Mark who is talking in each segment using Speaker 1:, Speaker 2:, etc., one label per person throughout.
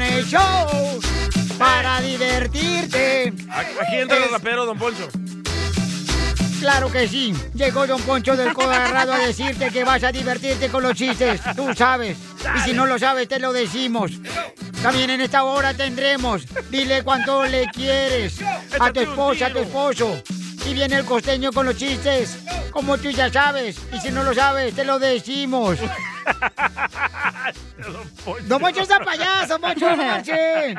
Speaker 1: el show para divertirte.
Speaker 2: Aquí entra el rapero, don Poncho.
Speaker 1: Claro que sí. Llegó Don Poncho del codo agarrado a decirte que vas a divertirte con los chistes. Tú sabes. Y si no lo sabes, te lo decimos. También en esta hora tendremos. Dile cuánto le quieres a tu esposa, a tu esposo. Y viene el costeño con los chistes. Como tú ya sabes. Y si no lo sabes, te lo decimos. Don Poncho está payaso, Poncho, no marchen.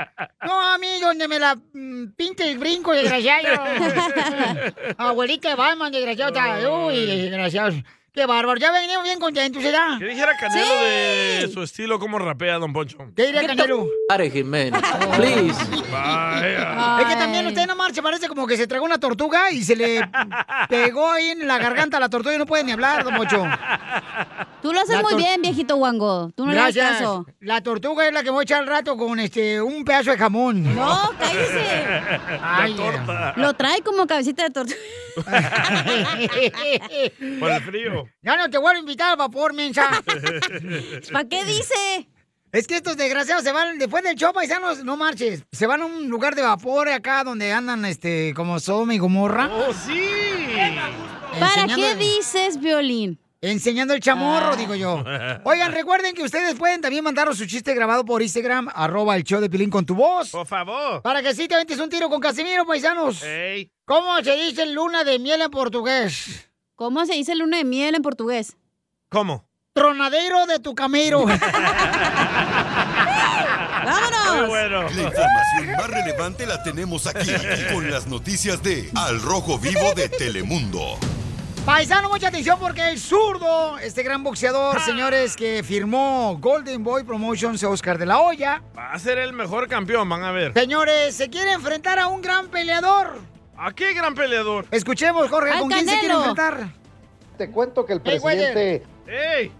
Speaker 1: No, a mí donde me la mm, pinte el brinco, desgraciado. Abuelita de Batman, desgraciado. está- Uy, desgraciado. Qué bárbaro. Ya venimos bien contentos, ¿será?
Speaker 2: ¿Qué dijera Canelo de su estilo como rapea, don Poncho?
Speaker 1: ¿Qué diría Canelo?
Speaker 3: Pare, Jiménez. Please.
Speaker 1: Es que también usted no marcha, parece como que se tragó una tortuga y se le pegó ahí en la garganta a la tortuga y no puede ni hablar, don Poncho.
Speaker 4: Tú lo haces
Speaker 1: La
Speaker 4: muy
Speaker 1: tor-
Speaker 4: bien, viejito Wango. Tú no le das
Speaker 1: Gracias.
Speaker 4: caso.
Speaker 1: La tortuga es la que voy a echar al rato con este un pedazo de jamón.
Speaker 4: No, cállese.
Speaker 1: Ay,
Speaker 4: Lo trae como cabecita de tortuga.
Speaker 2: Por el frío.
Speaker 1: Ya no te vuelvo a invitar al vapor, mensa.
Speaker 4: ¿Para qué dice?
Speaker 1: Es que estos desgraciados se van, después del show, paisanos, no marches. Se van a un lugar de vapor acá donde andan, este, como Sodoma y Gomorra.
Speaker 2: ¡Oh, sí!
Speaker 4: ¿Para qué dices violín? Ah.
Speaker 1: Enseñando el chamorro, digo yo. Oigan, recuerden que ustedes pueden también mandaros su chiste grabado por Instagram, arroba el show de Pilín con tu voz.
Speaker 2: Por favor.
Speaker 1: Para que sí te aventes un tiro con Casimiro, paisanos.
Speaker 2: Ey.
Speaker 1: ¿Cómo se dice luna de miel en portugués?
Speaker 4: ¿Cómo se dice luna de miel en portugués?
Speaker 2: ¿Cómo?
Speaker 1: Tronadero de tu camero.
Speaker 4: ¡Vámonos!
Speaker 5: La información más relevante la tenemos aquí, aquí, con las noticias de Al Rojo Vivo de Telemundo.
Speaker 1: Paisano, mucha atención porque el zurdo, este gran
Speaker 2: Ah.
Speaker 1: boxeador, señores, que firmó Golden Boy Promotions Oscar de la Hoya.
Speaker 2: Va a ser el mejor campeón, van a ver.
Speaker 1: Señores, se quiere enfrentar a un gran peleador.
Speaker 2: ¿A qué gran peleador?
Speaker 1: Escuchemos, Jorge,
Speaker 2: Al
Speaker 1: ¿con quién se quiere
Speaker 2: Canelo.
Speaker 1: enfrentar?
Speaker 6: Te cuento que el
Speaker 1: Ey, güey.
Speaker 6: presidente...
Speaker 2: ¡Ey!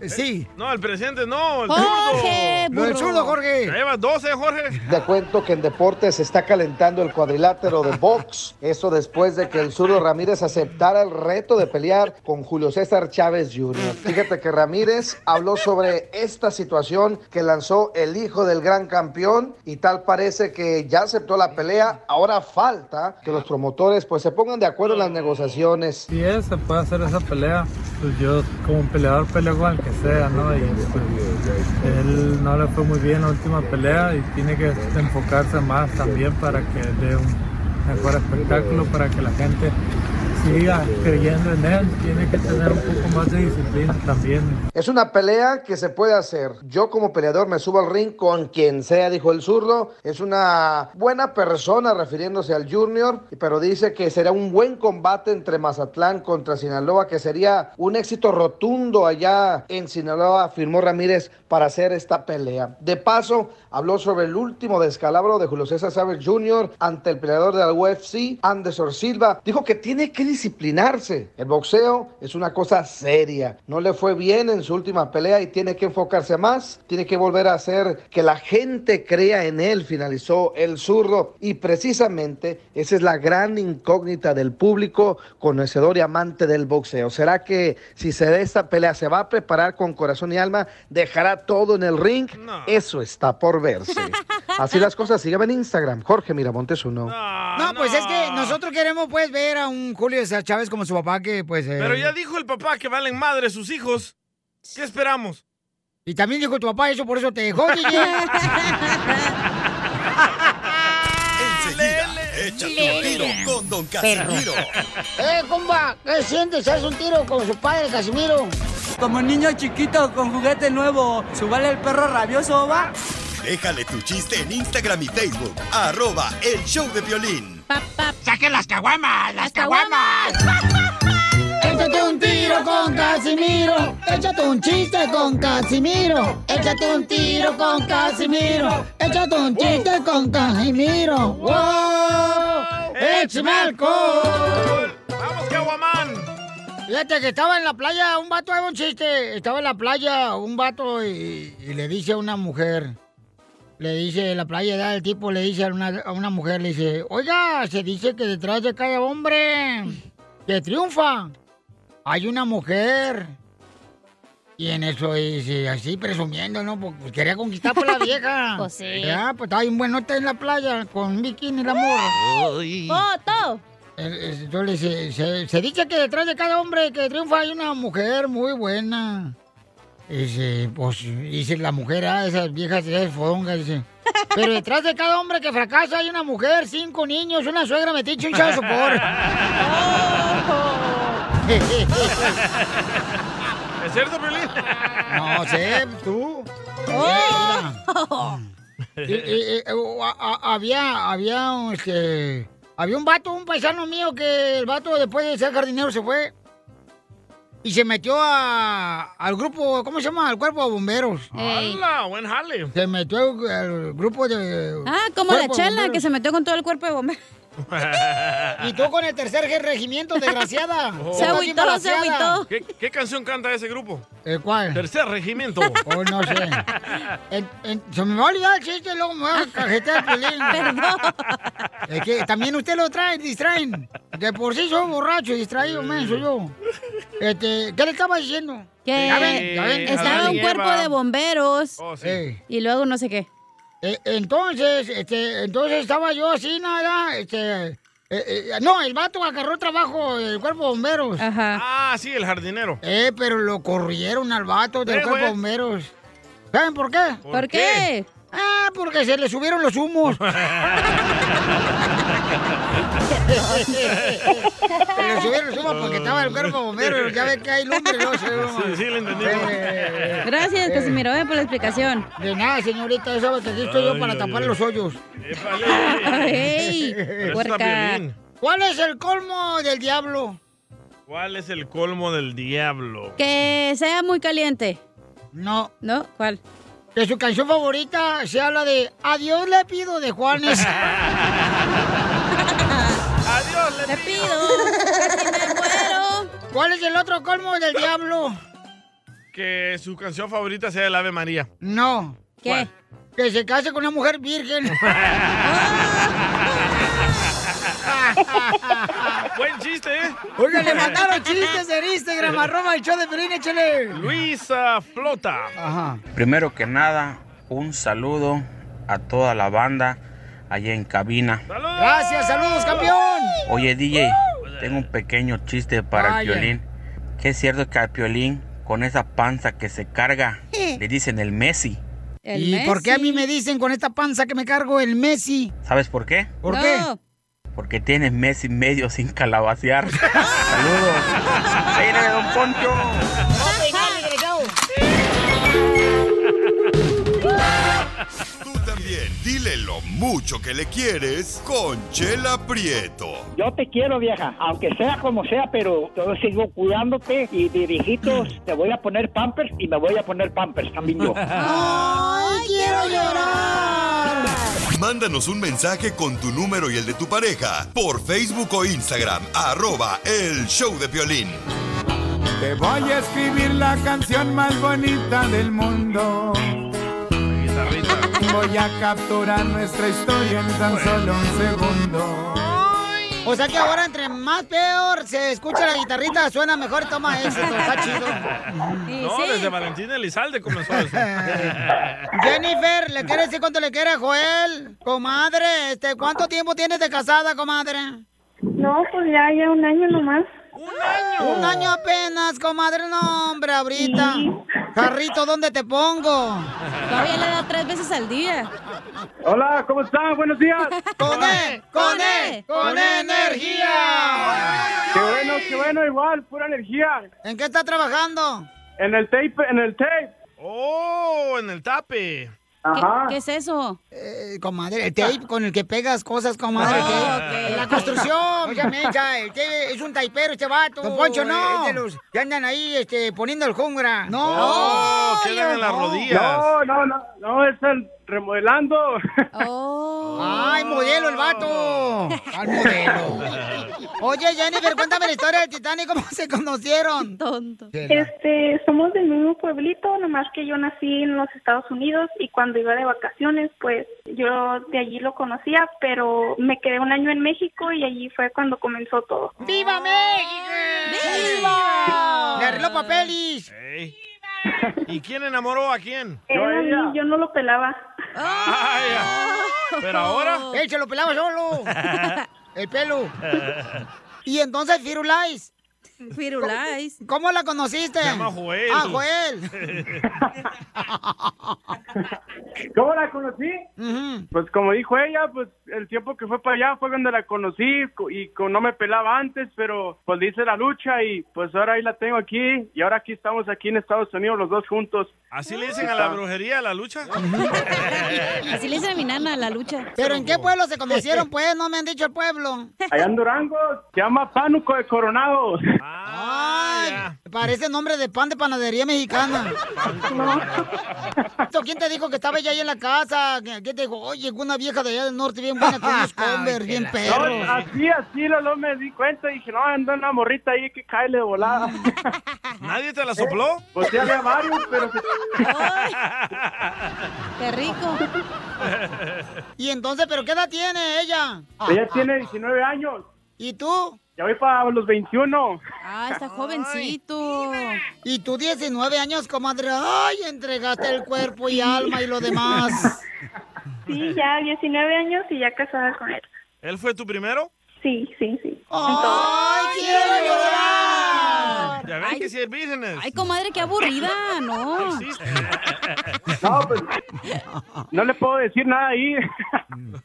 Speaker 1: Eh, Sí.
Speaker 2: No, el presidente no, el
Speaker 6: Jorge,
Speaker 2: zurdo.
Speaker 6: Lo del burro. zurdo,
Speaker 1: Jorge.
Speaker 2: Ya lleva 12, Jorge.
Speaker 6: Te cuento que en deportes se está calentando el cuadrilátero de box. Eso después de que el zurdo Ramírez aceptara el reto de pelear con Julio César Chávez Jr. Fíjate que Ramírez habló sobre esta situación que lanzó el hijo del gran campeón y tal parece que ya aceptó la pelea. Ahora falta que los promotores pues se pongan de acuerdo en las negociaciones.
Speaker 7: Si es, se puede hacer esa pelea. Pues yo como peleador peleo con el que sea, ¿no? Y pues, él no le fue muy bien la última pelea y tiene que enfocarse más también para que dé un mejor espectáculo, para que la gente siga creyendo en él. Tiene que tener un poco más de disciplina también.
Speaker 6: Es una pelea que se puede hacer. Yo como peleador me subo al ring con quien sea, dijo el zurdo. Es una buena persona refiriéndose al junior, pero dice que será un buen combate entre Mazatlán contra Sinaloa, que sería un éxito rotundo allá en Sinaloa, afirmó Ramírez, para hacer esta pelea. De paso, habló sobre el último descalabro de Julio César Chávez Jr. ante el peleador de la UFC, Anderson Silva. Dijo que tiene que disciplinarse. El boxeo es una cosa seria. No le fue bien en su última pelea y tiene que enfocarse más. Tiene que volver a hacer que la gente crea en él, finalizó el zurdo. Y precisamente esa es la gran incógnita del público conocedor y amante del boxeo. ¿Será que si se da esta pelea se va a preparar con corazón y alma? ¿Dejará todo en el ring? Eso está por verse. Así las cosas, síganme en Instagram, Jorge Miramontes uno.
Speaker 2: Ah,
Speaker 1: No, pues es que nosotros queremos pues ver a un Julio César Chávez como su papá que pues... eh,
Speaker 2: Pero ya dijo el papá que valen madre sus hijos. ¿Qué esperamos?
Speaker 1: Y también dijo tu papá eso, por eso te dejó, DJ.
Speaker 5: Enseguida, échate un tiro con Don Casimiro.
Speaker 1: ¡Eh, comba! ¿Qué sientes? ¿Haz un tiro con su padre, Casimiro?
Speaker 8: Como niño chiquito con juguete nuevo, subale el perro rabioso, va.
Speaker 5: Déjale tu chiste en Instagram y Facebook, arroba el show de violín.
Speaker 1: ¡Saque las caguamas! ¡Las caguamas! Échate un tiro con Casimiro. Échate un chiste con Casimiro. Échate un tiro con Casimiro. Échate un chiste con Casimiro. ¡Wow! ¡Échame alcohol!
Speaker 2: ¡Vamos, Caguamán!
Speaker 1: Fíjate que estaba en la playa, un vato, era un chiste. Estaba en la playa un vato y, y le dice a una mujer. Le dice, en la playa da el tipo, le dice a una, a una mujer, le dice, oiga, se dice que detrás de cada hombre que triunfa, hay una mujer. Y en eso dice, así presumiendo, ¿no? Pues pues, quería conquistar por la vieja.
Speaker 4: Pues sí.
Speaker 1: Ya, pues estaba un buen nota en la playa con un bikini la morra.
Speaker 4: ¡Foto!
Speaker 1: Eh, eh, Yo le dije, se, se dice que detrás de cada hombre que triunfa hay una mujer muy buena. Dice, pues, dice la mujer, ah, esas viejas, esas fodongas, dice. Pero detrás de cada hombre que fracasa hay una mujer, cinco niños, una suegra metiche, un chavo de
Speaker 4: Oh.
Speaker 1: sopor.
Speaker 2: ¿Es cierto, Piolín?
Speaker 1: No sé, tú. Eh, eh, eh, o- a- a- había, había, un, este, había un vato, un paisano mío que el vato después de ser jardinero se fue y se metió a- al grupo, ¿cómo se llama? Al cuerpo de bomberos.
Speaker 2: ¡Hala! ¡Buen jale!
Speaker 1: Se metió al, al grupo de...
Speaker 4: Ah, como la
Speaker 1: cuerpo de
Speaker 4: chala
Speaker 1: bomberos.
Speaker 4: que se metió con todo el cuerpo de bomberos.
Speaker 1: Y tú con el tercer regimiento, desgraciada.
Speaker 4: Se agüitó, se agüitó.
Speaker 2: ¿Qué, qué canción canta ese grupo?
Speaker 1: ¿El cuál?
Speaker 2: Tercer regimiento.
Speaker 1: Oh, no sé. En- en- se me va a olvidar el chiste, luego me va a cajetear el pelín. Es que también usted lo trae, distraen. De por sí soy borracho, distraído, menso yo. Este, ¿qué le estaba diciendo?
Speaker 4: Que
Speaker 1: Ya ven, ya ven.
Speaker 4: estaba un cuerpo de bomberos
Speaker 1: Eh,
Speaker 4: y luego no sé qué.
Speaker 1: eh, entonces, este, entonces estaba yo así, nada, este... eh, eh, no, el vato agarró trabajo del cuerpo de bomberos.
Speaker 2: Ah, sí, el jardinero.
Speaker 1: Eh, pero lo corrieron al vato del
Speaker 2: Eh,
Speaker 1: cuerpo de
Speaker 2: güey.
Speaker 1: bomberos. ¿Saben por qué?
Speaker 2: ¿Por ¿Por qué?
Speaker 1: Ah, porque se le subieron los humos. se le subieron los humos porque estaba el cuerpo de bomberos. Ya ves que hay lumbre, ¿no? Se ve
Speaker 2: Sí, sí, lo
Speaker 1: Eh,
Speaker 2: entendimos.
Speaker 4: Gracias, Casimiro, eh, por la explicación.
Speaker 1: De nada, señorita, ya sabe que aquí estoy yo para tapar los hoyos.
Speaker 4: ¡Ey!
Speaker 2: Pero eso está
Speaker 4: Puerca.
Speaker 2: Piolín.
Speaker 1: ¿Cuál es el colmo del diablo?
Speaker 2: ¿Cuál es el colmo del diablo?
Speaker 4: Que sea muy caliente.
Speaker 1: No.
Speaker 4: ¿No? ¿Cuál?
Speaker 1: Que su canción favorita se habla de Adiós le pido de Juanes.
Speaker 2: Adiós,
Speaker 4: Te pido casi me muero.
Speaker 1: ¿Cuál es el otro colmo del diablo?
Speaker 2: Que su canción favorita sea el Ave María.
Speaker 1: No.
Speaker 4: ¿Qué?
Speaker 2: ¿Cuál?
Speaker 1: Que se case con una mujer virgen.
Speaker 2: Buen chiste, ¿eh?
Speaker 1: Oiga, le mandaron chistes en Instagram, arroba el show de Pelín, échale.
Speaker 2: Luisa Flota.
Speaker 1: Ajá.
Speaker 9: Primero que nada, un saludo a toda la banda allá en cabina.
Speaker 2: ¡Saludos!
Speaker 1: Gracias, saludos, campeón.
Speaker 9: Oye, DJ, tengo un pequeño chiste para el
Speaker 1: Vaya.
Speaker 9: Piolín. Que es cierto que al Piolín, con esa panza que se carga, le dicen el Messi.
Speaker 4: El
Speaker 1: ¿Y por qué a mí
Speaker 4: Messi.
Speaker 1: me dicen con esta panza que me cargo el Messi?
Speaker 9: ¿Sabes por qué?
Speaker 1: ¿Por
Speaker 4: No.
Speaker 1: qué?
Speaker 9: Porque tienes Messi medio sin calabacear. Saludos. ¡Aire, don Poncho!
Speaker 5: Tú también, dile lo mucho que le quieres con Chela Prieto.
Speaker 10: Yo te quiero, vieja, aunque sea como sea, pero yo sigo cuidándote y de viejitos te voy a poner pampers y me voy a poner pampers también yo.
Speaker 1: ¡Ay, quiero llorar!
Speaker 5: Mándanos un mensaje con tu número y el de tu pareja por Facebook o Instagram, arroba el show de violín.
Speaker 11: Te voy a escribir la canción más bonita del mundo. Voy a capturar nuestra historia en tan solo un segundo.
Speaker 1: O sea que ahora entre más peor se escucha la guitarrita, suena mejor, toma Ah, eso, está chido.
Speaker 4: Y
Speaker 2: No,
Speaker 4: Ah, sí.
Speaker 2: desde Valentín Elizalde comenzó eso.
Speaker 1: Jennifer, ¿le quieres decir cuánto le quiere a Joel? Comadre, este, ¿cuánto tiempo tienes de casada, comadre?
Speaker 12: No, pues ya, ya un año nomás.
Speaker 1: Un año apenas, comadre, no, hombre, ahorita. Carrito, ¿dónde te pongo?
Speaker 4: Todavía le da tres veces al día.
Speaker 10: Hola, ¿cómo están? Buenos días.
Speaker 1: ¡Con E! ¡Con E! ¡Con E energía!
Speaker 10: Qué bueno, qué bueno, igual, pura energía.
Speaker 1: ¿En qué está trabajando?
Speaker 10: En el tape, en el tape.
Speaker 2: ¡Oh! En el tape.
Speaker 4: ¿Qué, qué es eso?
Speaker 1: Eh, comadre, el tape con el que pegas cosas, comadre.
Speaker 4: Ah,
Speaker 1: que-
Speaker 4: ok,
Speaker 1: La
Speaker 4: ok.
Speaker 1: construcción, ya me echa, el tape es un taipero este vato. Don Poncho, no.
Speaker 8: es de
Speaker 1: que andan ahí este, poniendo el jungla.
Speaker 2: ¡Oh! quedan en las rodillas.
Speaker 10: No, no, no, no, es el remodelando.
Speaker 4: Oh.
Speaker 1: ¡Ay, modelo el vato! ¡Al modelo! Oye, Jennifer, cuéntame la historia del Titanic, cómo se conocieron.
Speaker 4: Tonto.
Speaker 12: Este, somos del mismo pueblito, nomás que yo nací en los Estados Unidos y cuando iba de vacaciones, pues yo de allí lo conocía, pero me quedé un año en México y allí fue cuando comenzó todo.
Speaker 1: Oh. ¡Viva México! ¡Viva! ¡Le arregló papelis!
Speaker 2: Ey. ¿Y quién enamoró a quién?
Speaker 12: Él a mí, yo no lo pelaba.
Speaker 2: Ay, pero ahora.
Speaker 1: Él se lo pelaba solo. El pelo. Y entonces, Firulais.
Speaker 4: Firulais.
Speaker 1: ¿Cómo, cómo la conociste?
Speaker 2: Se llama Joel.
Speaker 1: Ah, Joel.
Speaker 13: ¿Cómo la conocí? Pues como dijo ella, pues el tiempo que fue para allá fue cuando la conocí co- y co- no me pelaba antes, pero pues le hice la lucha y pues ahora ahí la tengo aquí y ahora aquí estamos aquí en Estados Unidos los dos juntos.
Speaker 2: ¿Así le dicen a la brujería, a la lucha?
Speaker 4: Así le dice a mi nana la lucha.
Speaker 1: ¿Pero en qué pueblo se conocieron, pues? No me han dicho el pueblo.
Speaker 13: Allá en Durango se llama Pánuco de Coronado.
Speaker 2: Ah,
Speaker 1: Ay, parece nombre de pan de panadería mexicana. ¿Esto ¿Quién te dijo que estaba ella ahí en la casa? ¿Quién te dijo? Oye, una vieja de allá del norte bien buena con unos Converse, bien
Speaker 13: No,
Speaker 1: perros.
Speaker 13: así, así lo, lo me di cuenta y dije, no, anda una morrita ahí que cae de volada.
Speaker 12: Ah.
Speaker 2: ¿Nadie te la sopló?
Speaker 13: Pues ya había varios, pero... pues,
Speaker 4: Qué rico.
Speaker 1: Y entonces, ¿pero qué edad tiene ella?
Speaker 13: Ella tiene 19 años.
Speaker 1: ¿Y tú?
Speaker 13: Ya voy para los 21.
Speaker 4: Ah, está jovencito.
Speaker 1: Y tú 19 años, comadre. Ay, entregaste el cuerpo y alma y lo demás.
Speaker 12: Sí, ya 19 años y ya casada con él.
Speaker 2: ¿Él fue tu primero?
Speaker 12: Sí, sí, sí.
Speaker 2: ¡Oh!
Speaker 1: ¡Ay, quiero
Speaker 2: llorar! Ya ven
Speaker 4: Ay.
Speaker 2: que si es vírgenes.
Speaker 4: Ay, comadre, qué aburrida, ¿no?
Speaker 13: No, pues, no le puedo decir nada ahí.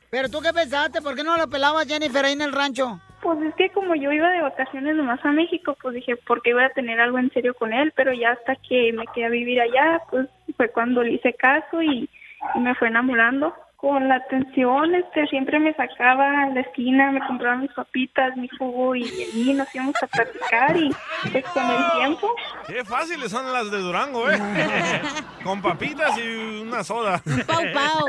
Speaker 1: ¿Pero tú qué pensaste? ¿Por qué no la pelaba Jennifer ahí en el rancho?
Speaker 12: Pues es que como yo iba de vacaciones nomás a México, pues dije, porque iba a tener algo en serio con él, pero ya hasta que me quedé a vivir allá, pues fue cuando le hice caso y, y me fue enamorando. Con la atención, este, siempre me sacaba a la esquina, me compraba mis papitas, mi jugo y allí nos íbamos a platicar y pues con el tiempo,
Speaker 2: Qué fáciles son las de Durango, ¿eh? Con papitas y una soda.
Speaker 12: pau, pau.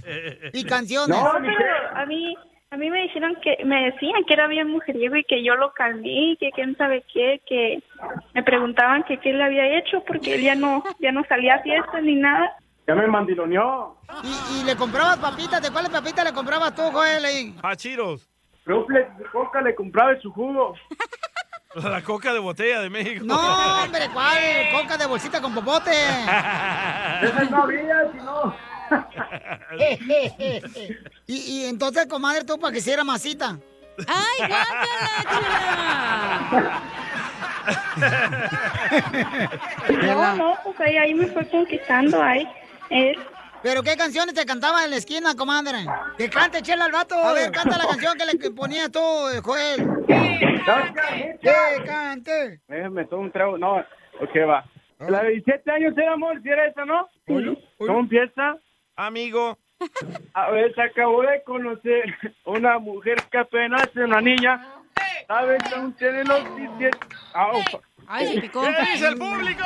Speaker 1: Y canciones.
Speaker 12: No, pero a mí, a mí me dijeron que, me decían que era bien mujeriego y que yo lo calmé, y que quién sabe qué, que me preguntaban que qué le había hecho porque él ya no, ya no salía a fiestas ni nada.
Speaker 13: Ya me mandiloneó.
Speaker 1: ¿Y, y le comprabas papitas? ¿De cuáles papitas le comprabas tú, Joel? ahí?
Speaker 2: Hachiros.
Speaker 13: Rufles de coca le compraba de su jugo.
Speaker 2: La coca de botella de México.
Speaker 1: No, hombre, ¿cuál? Coca de bolsita con popote.
Speaker 13: Esas no había, si no.
Speaker 1: y, y entonces, comadre, tú para que hiciera masita.
Speaker 4: ¡Ay,
Speaker 12: No, no, pues ahí, ahí me fue conquistando, ahí. Él.
Speaker 1: ¿Pero qué canciones te cantaba en la esquina, comadre? Que cante chela al vato. A ver, canta la canción que le ponías tú, eh, Joel. Que cante.
Speaker 13: Déjame todo un trago. No, ok, va. La de 17 años era amor, si era esa, ¿no? ¿Cómo empieza?
Speaker 2: Amigo.
Speaker 13: A ver, se acabó de conocer una mujer que apenas es una niña. ¿Sabes? Aún tiene los 17. Ah, opa.
Speaker 4: Ay, se picó.
Speaker 2: ¿Qué dice el público?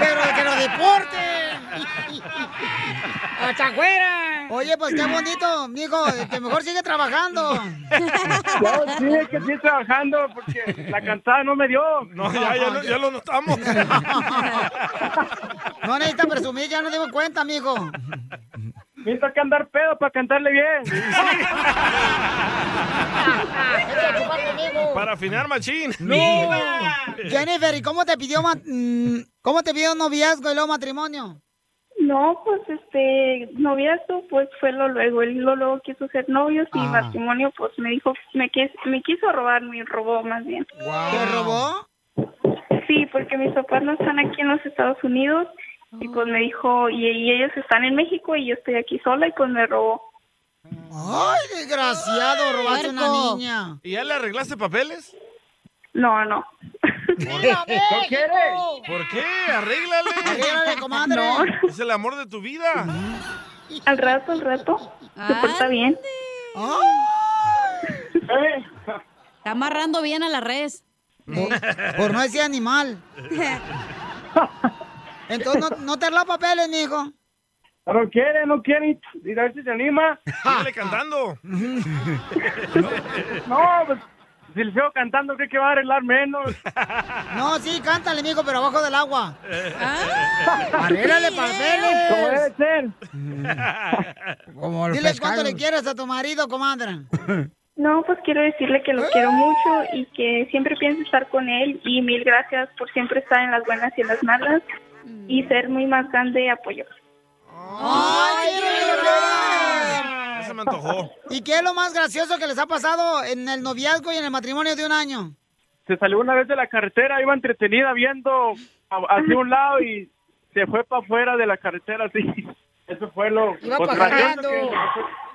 Speaker 1: Pero que lo deporten. ¡Hasta afuera! Oye, pues qué bonito, mijo. Que mejor sigue trabajando.
Speaker 13: No, sí, es que estoy trabajando porque la cantada no me dio.
Speaker 2: No, ya, ya lo- ya lo notamos.
Speaker 1: No necesita presumir, ya nos dimos cuenta, mijo.
Speaker 13: Necesito que andar pedo para cantarle bien.
Speaker 2: Para afinar machín.
Speaker 1: Jennifer, ¿y cómo te pidió ma- mm, cómo te pidió noviazgo y luego matrimonio?
Speaker 12: No, pues este, noviazgo, pues fue lo luego. Él lo luego quiso ser novios y matrimonio, pues me dijo, me, quis- me quiso robar, me robó más bien.
Speaker 1: ¿Te robó?
Speaker 12: Sí, porque mis papás no están aquí en los Estados Unidos y pues me dijo, y, y ellos están en México y yo estoy aquí sola y pues me robó.
Speaker 1: Ay, desgraciado, robaste a una
Speaker 12: Puerco.
Speaker 1: niña.
Speaker 2: ¿Y ya le arreglaste papeles?
Speaker 12: No, no.
Speaker 2: ¿No quieres? ¿Por qué? Arréglale.
Speaker 1: Arréglale, comadre. No.
Speaker 2: Es el amor de tu vida.
Speaker 12: Al rato, al rato. Se porta bien.
Speaker 4: Está amarrando bien a la res.
Speaker 1: Por no decir animal. Entonces no, no te arregló papeles, mijo.
Speaker 13: No quiere, no quiere. Y a ver si se anima.
Speaker 2: Síguele cantando.
Speaker 13: No, pues si le sigo cantando, creo que va a arreglar menos.
Speaker 1: No, sí, cántale, mijo, pero abajo del agua.
Speaker 13: Arréglale
Speaker 1: papeles.
Speaker 13: Como debe
Speaker 1: E.
Speaker 13: ser.
Speaker 1: Dile cuánto le quieres a tu marido, comadre.
Speaker 12: No, pues quiero decirle que lo quiero mucho y que siempre pienso estar con él y mil gracias por siempre estar en las buenas y en las malas y ser muy más grande apoyo.
Speaker 1: ¡Ay, quiero llorar!
Speaker 2: Ah, Se me antojó.
Speaker 1: ¿Y qué es lo más gracioso que les ha pasado en el noviazgo y en el matrimonio de un año?
Speaker 13: Se salió una vez de la carretera, iba entretenida viendo a- hacia un lado y se fue para afuera de la carretera así. Eso fue lo...
Speaker 12: Iba
Speaker 13: lo
Speaker 12: pajareando.
Speaker 13: gracioso que-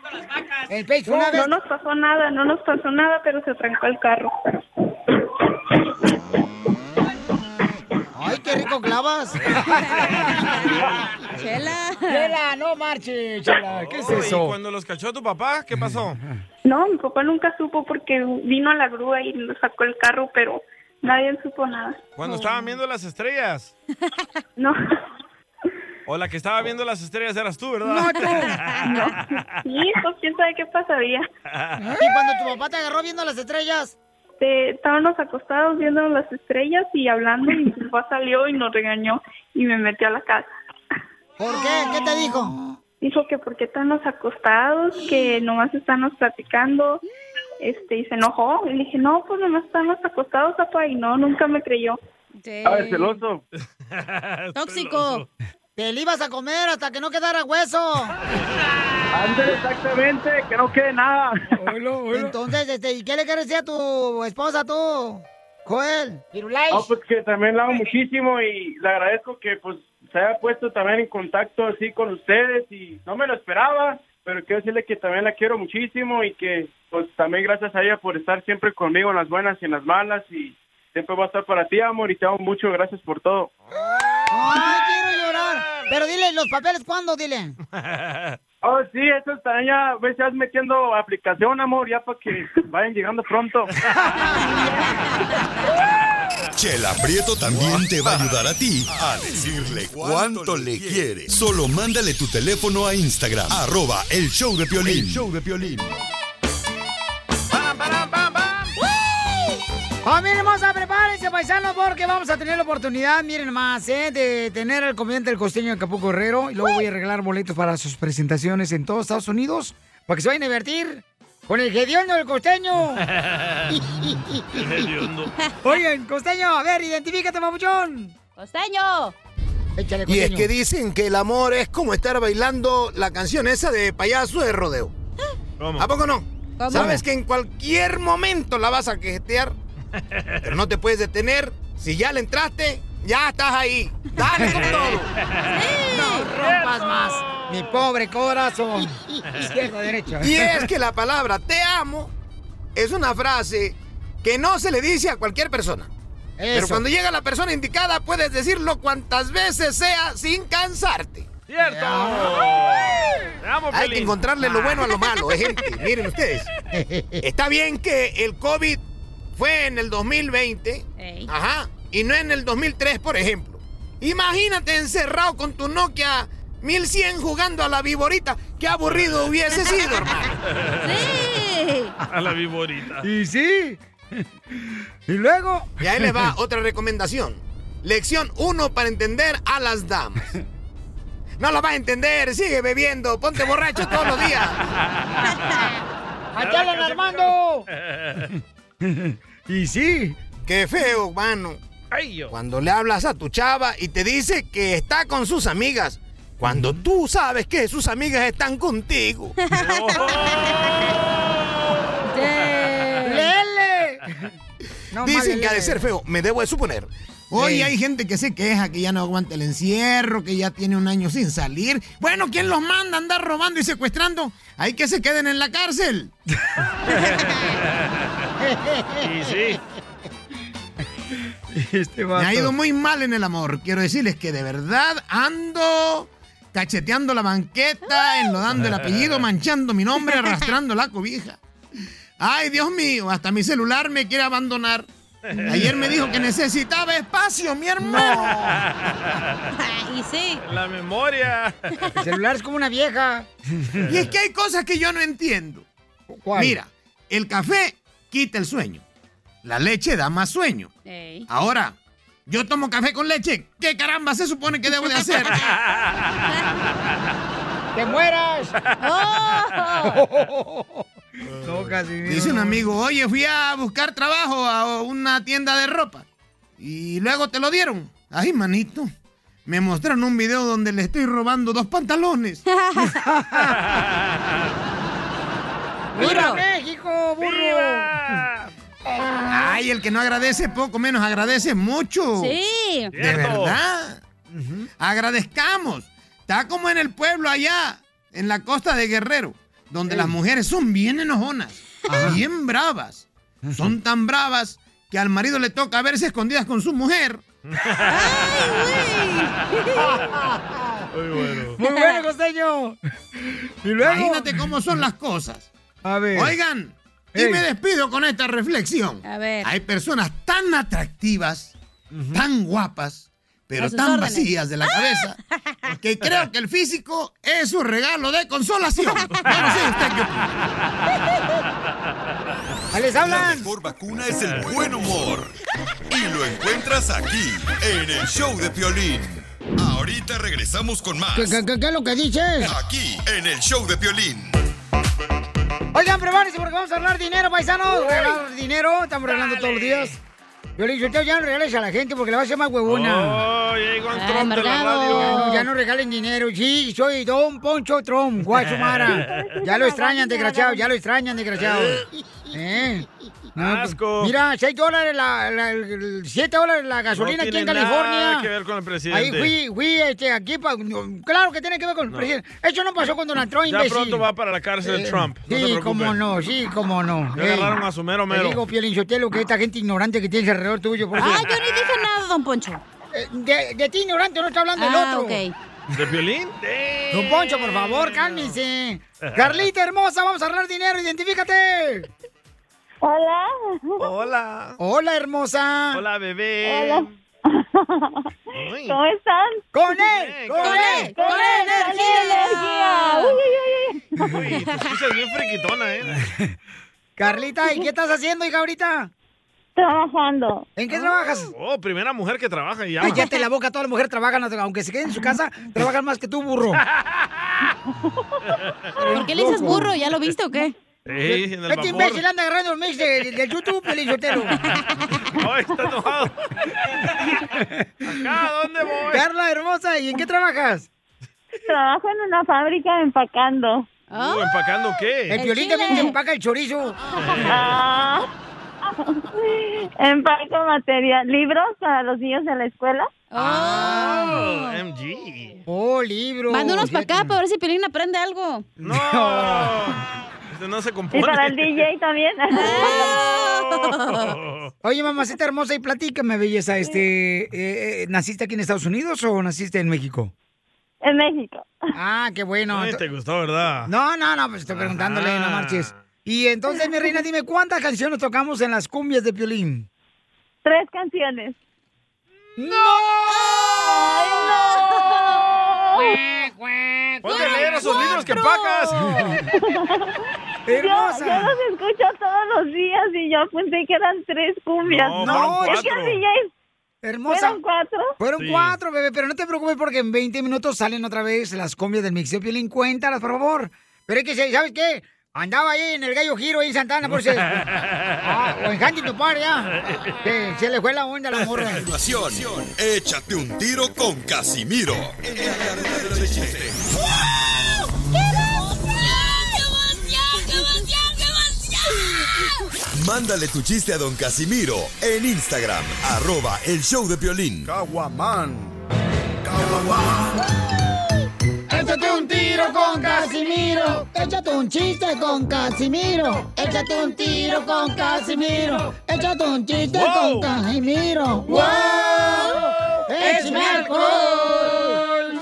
Speaker 1: El
Speaker 12: no,
Speaker 13: una vez-
Speaker 12: no nos pasó nada, no nos pasó nada, pero se trancó el carro.
Speaker 1: ¡Ay, qué rico clavas!
Speaker 4: Chela.
Speaker 1: Chela, no marches, Chela. ¿Qué es
Speaker 2: Oh, ¿Y
Speaker 1: eso?
Speaker 2: cuando los cachó tu papá? ¿Qué pasó?
Speaker 12: No, mi papá nunca supo porque vino a la grúa y nos sacó el carro, pero nadie supo nada.
Speaker 2: Cuando estaban viendo las estrellas.
Speaker 12: No.
Speaker 2: O la que estaba viendo las estrellas eras tú, ¿verdad?
Speaker 12: No, tú. Y eso, pues, quién sabe qué pasaría.
Speaker 1: ¿Y cuando tu papá te agarró viendo las estrellas?
Speaker 12: Te- estábamos acostados viendo las estrellas y hablando y mi papá salió y nos regañó y me metió a la casa.
Speaker 1: ¿Por qué? ¿Qué te dijo?
Speaker 12: Dijo que porque estamos acostados, que nomás estamos platicando, este, y se enojó. Y le dije, no, pues nomás estamos acostados, papá, y no, nunca me creyó.
Speaker 13: Ah, es celoso.
Speaker 2: Ah,
Speaker 1: Tóxico. Te le ibas a comer hasta que no quedara hueso.
Speaker 13: Ándale, exactamente, que no quede nada.
Speaker 1: Entonces, este, ¿y qué le quieres decir a tu esposa tú, Joel?
Speaker 13: Ah, pues que también la amo muchísimo y le agradezco que pues se haya puesto también en contacto así con ustedes y no me lo esperaba, pero quiero decirle que también la quiero muchísimo y que pues también gracias a ella por estar siempre conmigo en las buenas y en las malas y siempre va a estar para ti, amor, y te amo mucho, gracias por todo.
Speaker 1: ¡Ay, quiero llorar! Pero dile, ¿los papeles cuándo? Dile.
Speaker 13: Oh, sí, eso también ya ves, ya metiendo aplicación, amor, ya para que vayan llegando pronto.
Speaker 5: Chela Prieto también te va a ayudar a ti a decirle cuánto le quiere. Solo mándale tu teléfono a Instagram, arroba el show de Piolín.
Speaker 2: El
Speaker 5: show de Piolín.
Speaker 1: Familia hermosa, prepárense, paisanos, porque vamos a tener la oportunidad, miren más, ¿eh? de tener al comediante del costeño de Capuco Herrero. Y luego voy a regalar boletos para sus presentaciones en todos Estados Unidos, para que se vayan a divertir con el hediondo del costeño. Oigan, costeño, a ver, identifícate, mamuchón. Costeño. Échale,
Speaker 14: Y
Speaker 1: costeño.
Speaker 14: es que dicen que el amor es como estar bailando la canción esa de payaso de rodeo. ¿A poco no?
Speaker 15: ¿Cómo?
Speaker 14: Sabes que en cualquier momento la vas a quejetear, pero no te puedes detener. Si ya le entraste, ya estás ahí. Dale con todo.
Speaker 1: No rompas más. Mi pobre corazón. Izquierda, derecha.
Speaker 14: Y es que la palabra te amo es una frase que no se le dice a cualquier persona. Pero
Speaker 1: Eso.
Speaker 14: cuando llega la persona indicada puedes decirlo cuantas veces sea sin cansarte.
Speaker 2: ¡Cierto!
Speaker 14: Hay que encontrarle lo bueno a lo malo, eh, gente. Miren ustedes. Está bien que el COVID fue en el 2020. Ajá. Y no en el 2003, por ejemplo. Imagínate encerrado con tu Nokia 1100 jugando a la viborita. Qué aburrido hubiese sido, hermano.
Speaker 2: A la viborita.
Speaker 1: Y sí. Y luego.
Speaker 14: Y ahí le va otra recomendación. Lección 1 para entender a las damas. No lo vas a entender, sigue bebiendo, ponte borracho todos los días.
Speaker 1: ¡Allá Alan Armando!
Speaker 14: y sí. Qué feo, mano. Cuando le hablas a tu chava y te dice que está con sus amigas, cuando tú sabes que sus amigas están contigo.
Speaker 1: ¡Lele! No,
Speaker 14: Dicen
Speaker 1: madre,
Speaker 14: que ha de
Speaker 1: lele.
Speaker 14: ser feo, me debo de suponer.
Speaker 15: Hoy
Speaker 14: Sí.
Speaker 15: hay gente que se queja que ya no aguanta el encierro, que ya tiene un año sin salir. Bueno, ¿quién los manda a andar robando y secuestrando? Hay que se queden en la cárcel.
Speaker 2: y sí. Este
Speaker 15: Me ha ido muy mal en el amor. Quiero decirles que de verdad ando cacheteando la banqueta, enlodando el apellido, manchando mi nombre, arrastrando la cobija. Ay, Dios mío, hasta mi celular me quiere abandonar. Ayer me dijo que necesitaba espacio, mi hermano.
Speaker 2: y sí. La memoria.
Speaker 1: Ah, El celular es como una vieja.
Speaker 15: Y es que hay cosas que yo no entiendo. Mira, el café quita el sueño. La leche da más sueño. Ahora, yo tomo café con leche. ¿Qué caramba se supone que debo de hacer?
Speaker 1: ¡Te mueras! No, Casimiro.
Speaker 15: Dice un
Speaker 1: no.
Speaker 15: amigo, oye, fui a buscar trabajo a una tienda de ropa. Y luego te lo dieron. Ay, manito. Me mostraron un video donde le estoy robando dos pantalones.
Speaker 1: ¡Viva México, burro!
Speaker 15: Ay, el que no agradece poco menos agradece mucho.
Speaker 4: Sí.
Speaker 15: De
Speaker 4: Cierto.
Speaker 15: verdad. Agradezcamos. Está como en el pueblo allá, en la costa de Guerrero, donde las mujeres son bien enojonas, bien bravas. Son tan bravas que al marido le toca verse escondidas con su mujer.
Speaker 11: Muy bueno.
Speaker 15: Muy bueno, costeño. Imagínate cómo son las cosas. A ver. Oigan, y
Speaker 11: Ey.
Speaker 15: me despido con esta reflexión.
Speaker 11: A ver.
Speaker 15: Hay personas tan atractivas, tan guapas, pero
Speaker 11: A sus
Speaker 15: tan
Speaker 11: órdenes.
Speaker 15: vacías de la cabeza, que creo que el físico es un regalo de consolación. Yo no sé usted qué
Speaker 1: ¡Ahí les hablan!
Speaker 5: La mejor vacuna es el buen humor. Y lo encuentras aquí, en el show de Piolín. Ahorita regresamos con más.
Speaker 1: ¿Qué, qué, qué- qué es lo que dices?
Speaker 5: Aquí, en el show de Piolín.
Speaker 1: Oigan, prepárense porque vamos a hablar dinero, paisanos. Regalar dinero, estamos regalando todos los días. Yo le digo, usted ya no regales a la gente porque la va a hacer más huevona.
Speaker 2: Oh, ya llegó un
Speaker 1: Ay,
Speaker 2: Trump de la
Speaker 1: amargado.
Speaker 2: radio.
Speaker 1: Ya no, ya no regalen dinero. Sí, soy Don Poncho Trump, Guachumara. Ya lo extrañan, desgraciado, ya lo extrañan, desgraciado. ¿Eh? No, pues, Mira, 6 dólares, la, la- el- 7 dólares la gasolina
Speaker 2: No
Speaker 1: aquí en
Speaker 2: tiene
Speaker 1: California.
Speaker 2: Nada que ver con el
Speaker 1: Ahí
Speaker 2: presidente.
Speaker 1: fui, fui, este, aquí, pa- no, claro que tiene que ver con el
Speaker 2: No.
Speaker 1: presidente. Eso no pasó con Donald Trump,
Speaker 2: Ya
Speaker 1: imbécil. Eh,
Speaker 2: pronto va para la cárcel Trump, no se
Speaker 1: sí,
Speaker 2: preocupe.
Speaker 1: cómo no, sí, cómo no.
Speaker 2: Ya
Speaker 1: Ey,
Speaker 2: agarraron a su mero mero.
Speaker 1: Te digo, Piolinchotelo, que esta gente ignorante que tienes alrededor tuyo. Porque...
Speaker 2: Ah, yo
Speaker 1: ni dije nada, don Poncho. de, de ti ignorante no está hablando
Speaker 4: Ah,
Speaker 1: el otro.
Speaker 4: ok.
Speaker 2: ¿De violín?
Speaker 1: Don Poncho, por favor, cálmense. Carlita hermosa, vamos a ganar dinero, identifícate.
Speaker 16: Hola.
Speaker 2: Hola.
Speaker 1: Hola, hermosa.
Speaker 2: Hola, bebé.
Speaker 16: ¿Cómo están?
Speaker 1: ¡Con él!
Speaker 16: ¡Con él! ¡Con él! energía! ¡Uy, uy, uy, uy!
Speaker 2: Uy, te escuchas bien friquitona, ¿eh?
Speaker 1: Carlita, ¿y qué estás haciendo, hija, ahorita?
Speaker 16: Trabajando.
Speaker 1: ¿En qué trabajas?
Speaker 2: Oh, primera mujer que trabaja y ya.
Speaker 1: Cállate la boca, toda la mujer trabaja, no te- aunque se quede en su casa, trabajan más que tú, burro.
Speaker 4: ¿Por qué le dices burro? ¿Ya lo viste o qué?
Speaker 2: Ey, en el
Speaker 1: Este
Speaker 2: vapor.
Speaker 1: imbécil anda agarrando el mix de, de YouTube, Pelizotelo.
Speaker 2: Ay, está enojado. Acá, ¿dónde voy?
Speaker 1: Carla, hermosa, ¿y en qué trabajas?
Speaker 16: Trabajo en una fábrica empacando.
Speaker 2: Uh,
Speaker 4: Oh.
Speaker 2: ¿Empacando qué?
Speaker 1: ¿Ah? El violín también te empaca el chorizo.
Speaker 16: Ah, empaco material, libros para los niños de la escuela.
Speaker 2: Oh,
Speaker 1: Ah.
Speaker 2: MG.
Speaker 1: Oh, libro.
Speaker 4: Mándanos para acá para ver si Pelín aprende algo.
Speaker 2: No. Este no se compone.
Speaker 16: Y para el DJ también.
Speaker 4: Ah,
Speaker 1: Oye, mamacita hermosa, y platícame, belleza, este, eh, eh, ¿naciste aquí en Estados Unidos o naciste en México?
Speaker 16: En México.
Speaker 1: Ah, qué bueno.
Speaker 2: Ay, te gustó, ¿verdad?
Speaker 1: No, no, no, pues estoy preguntándole, no marches. Y entonces, mi reina, dime, ¿cuántas canciones tocamos en las cumbias de Piolín?
Speaker 16: Tres canciones.
Speaker 1: ¡No!
Speaker 2: Ponte a leer esos libros que empacas.
Speaker 16: Yo,
Speaker 2: Hermosa.
Speaker 16: yo los escucho todos los días y yo pensé que eran tres cumbias.
Speaker 1: No, fueron
Speaker 16: es que el
Speaker 1: cuatro.
Speaker 16: DJ
Speaker 1: Hermosa.
Speaker 16: ¿Fueron cuatro?
Speaker 1: Fueron
Speaker 16: Sí.
Speaker 1: cuatro, bebé, pero no te preocupes porque en 20 minutos salen otra vez las cumbias del mixeo Piolín. Cuéntalas, por favor. Pero es que, ¿sabes qué? Andaba ahí en el Gallo Giro, ahí en Santana, por si... Ah, o en Huntington Park, ya. Que se le fue la onda a la morra.
Speaker 5: Situación. Échate un tiro con Casimiro. Mándale tu chiste a don Casimiro en Instagram, arroba el show de Piolín.
Speaker 1: Échate un tiro con Casimiro. Échate un chiste con Casimiro. Échate un tiro con Casimiro. Échate un chiste con Casimiro. ¡Wow!
Speaker 11: ¡Échame alcohol!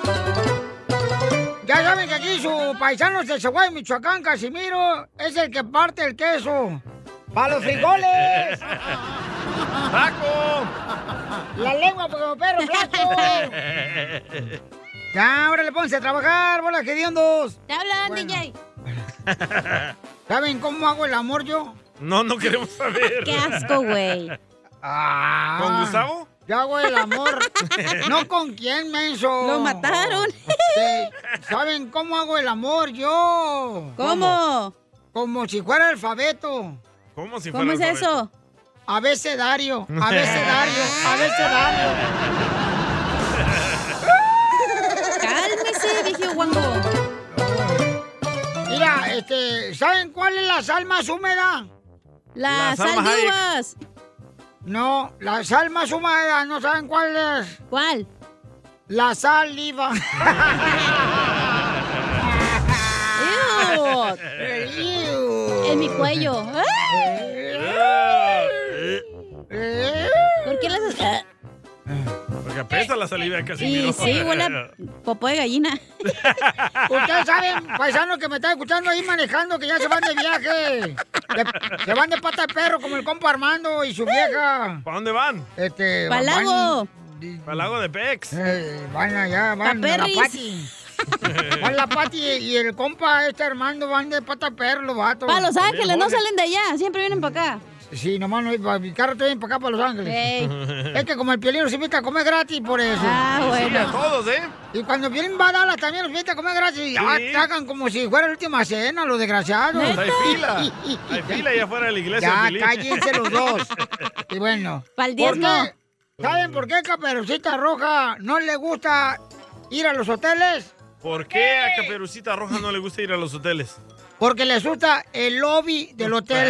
Speaker 1: Ya saben que aquí su paisano de Chihuahua y Michoacán, Casimiro, es el que parte el queso. ¡Para los frijoles!
Speaker 2: ¡Taco!
Speaker 1: ¡La lengua como perro flaco! Ya, ahora le ponse a trabajar, bola hediondos.
Speaker 4: Te hablan, DJ.
Speaker 1: ¿Saben cómo hago el amor yo?
Speaker 2: No, no queremos saber.
Speaker 1: Qué asco, güey. Ah.
Speaker 2: ¿Con Gustavo?
Speaker 1: Yo hago el amor. no con quién, menso. Este,
Speaker 4: Lo mataron.
Speaker 1: Sí, ¿Saben cómo hago el amor yo?
Speaker 4: ¿Cómo?
Speaker 1: Como si fuera alfabeto.
Speaker 2: ¿Cómo si
Speaker 1: ¿Cómo es
Speaker 2: fuera alfabeto?
Speaker 1: eso? Abecedario, abecedario, abecedario.
Speaker 4: Cálmese, dije guango.
Speaker 1: Mira, este, ¿saben cuál es la sal más húmeda?
Speaker 4: La La sal Salma de Hayek. uvas.
Speaker 1: No, la sal más húmeda, ¿no saben cuál es?
Speaker 4: ¿Cuál?
Speaker 1: La saliva.
Speaker 4: En mi cuello.
Speaker 1: Ah.
Speaker 2: Ah. Eh,
Speaker 4: ¿Por qué las.? ah,
Speaker 2: Porque apesta la saliva casi.
Speaker 4: Y sí, huele a popó de gallina.
Speaker 1: Ustedes saben, paisanos que me están escuchando ahí manejando, que ya se van de viaje. De- se van de pata de perro como el compa Armando y su vieja.
Speaker 2: ¿Para dónde van?
Speaker 1: Este,
Speaker 2: Palago.
Speaker 1: van- Eh,
Speaker 2: Palago de Pex.
Speaker 1: van allá, van
Speaker 2: Pa'
Speaker 1: a la
Speaker 2: Perris.
Speaker 1: pati. Van la pati y el compa este Armando van de pata de perro los vatos.
Speaker 4: Para Los Ángeles, no salen de allá, siempre vienen para acá.
Speaker 1: Sí, nomás no, para mi carro viene para acá, para Los Ángeles. Es que como el piolín nos invita a comer gratis por eso.
Speaker 4: Ah,
Speaker 2: Sí, bueno. a todos, ¿eh?
Speaker 1: Y cuando vienen va a Dallas también nos invita a comer gratis. Y Atacan como si fuera la última cena, los desgraciados.
Speaker 2: Hay fila. Hay fila allá afuera de la iglesia.
Speaker 1: Ya,
Speaker 2: Piolín.
Speaker 1: cállense los dos. Y bueno.
Speaker 4: Pa'l
Speaker 1: ¿por
Speaker 4: diezmo.
Speaker 1: qué? ¿Saben por qué Caperucita Roja no le gusta ir a los hoteles?
Speaker 2: ¿Por qué a Caperucita Roja no le gusta ir a los hoteles?
Speaker 1: Porque le asusta el lobby del hotel.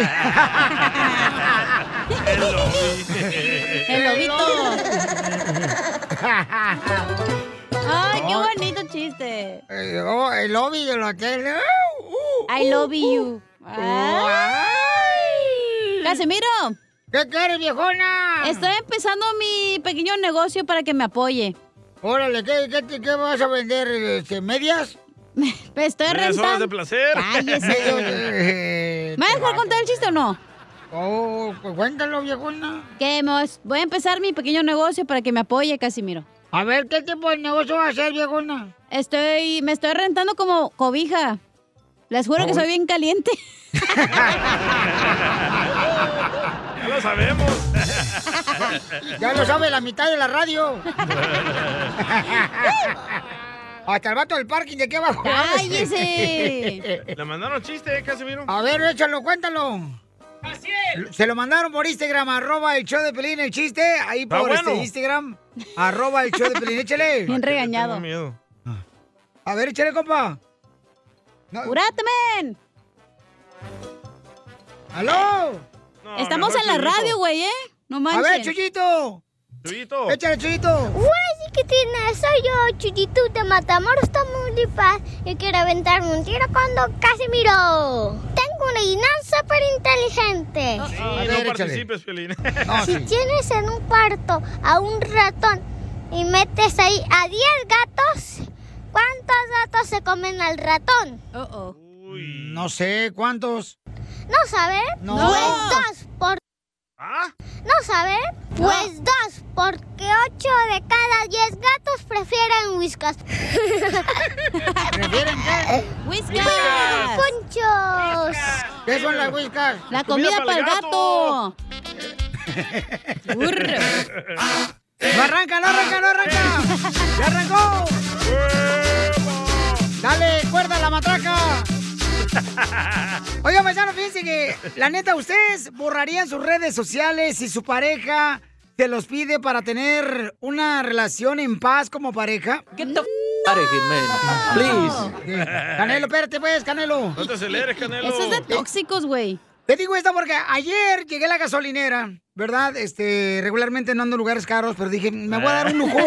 Speaker 2: El lobby.
Speaker 4: El
Speaker 1: lobito.
Speaker 4: Ah. Ay, qué
Speaker 1: Ay.
Speaker 4: bonito chiste.
Speaker 1: Eh, oh, el lobby del hotel.
Speaker 4: I love you.
Speaker 1: Ah.
Speaker 4: Casimiro.
Speaker 1: ¿Qué quieres, viejona?
Speaker 4: Estoy empezando mi pequeño negocio para que me apoye.
Speaker 1: Órale, ¿qué, qué, qué vas a vender? Este, ¿Medias?
Speaker 4: Estoy
Speaker 2: Medias horas
Speaker 4: rentando.
Speaker 2: de placer.
Speaker 1: Cállese.
Speaker 4: ¿Me vas a dejar contar el chiste o no?
Speaker 1: Oh, Este, pues cuéntalo, viejona.
Speaker 4: Que me vas- voy a empezar mi pequeño negocio para que me apoye, Casimiro.
Speaker 1: A ver, ¿qué tipo de negocio vas a hacer, viejona?
Speaker 4: Estoy, me estoy rentando como cobija. Les juro que soy bien caliente.
Speaker 2: Ya lo sabemos.
Speaker 1: Ya lo sabe la mitad de la radio. Hasta el vato del parking de aquí abajo.
Speaker 2: Le mandaron chiste, ¿eh, Casimiro.
Speaker 1: A ver, échalo, cuéntalo. Se lo mandaron por Instagram, arroba el show de Pelín, el chiste, ahí
Speaker 2: Está
Speaker 1: por este
Speaker 2: bueno.
Speaker 1: Instagram, arroba el show de Pelín, échale. Ah.
Speaker 4: Bien regañado.
Speaker 1: A ver, échale, compa. No.
Speaker 4: ¡Curate, men!
Speaker 1: ¡Aló!
Speaker 4: Estamos en la radio, güey, ¿eh? No manches.
Speaker 1: A ver, Chuyito.
Speaker 2: Chuyito.
Speaker 1: Échale, Chuyito.
Speaker 17: sí que tiene, soy yo, Chuyito de Matamoros, Tamaulipas. Yo quiero aventarme un tiro con Don Casimiro. Tengo una guinaza súper inteligente.
Speaker 2: Ah, Sí, no participes, Piolín.
Speaker 1: Ah,
Speaker 17: si tienes en un cuarto a un ratón y metes ahí a 10 gatos, ¿cuántos gatos se comen al ratón?
Speaker 1: No sé cuántos.
Speaker 17: ¿No sabes?
Speaker 1: No. ¿Ah?
Speaker 17: Pues dos por... ¿No sabes? Pues dos, porque ocho de cada diez gatos prefieren whiskas.
Speaker 1: ¿Prefieren qué?
Speaker 4: ¡Whiskas!
Speaker 17: Pues, ¡Ponchos!
Speaker 1: ¿Qué son las whiskas?
Speaker 4: La comida para el gato.
Speaker 1: ¡No arranca, no arranca, no arranca! ¡Ya arrancó! ¡Dale, cuerda a la matraca! Oiga, paisano, fíjense que, la neta, ¿ustedes borrarían sus redes sociales si su pareja te los pide para tener una relación en paz como pareja? ¿Qué
Speaker 3: Pare, Jimena. Please.
Speaker 1: Canelo, espérate, pues, Canelo.
Speaker 2: No te aceleres, Canelo.
Speaker 4: Eso es de tóxicos, güey.
Speaker 1: Te digo esto porque ayer llegué a la gasolinera, ¿verdad? Este, regularmente no ando en lugares caros, pero dije, me voy a dar un lujo.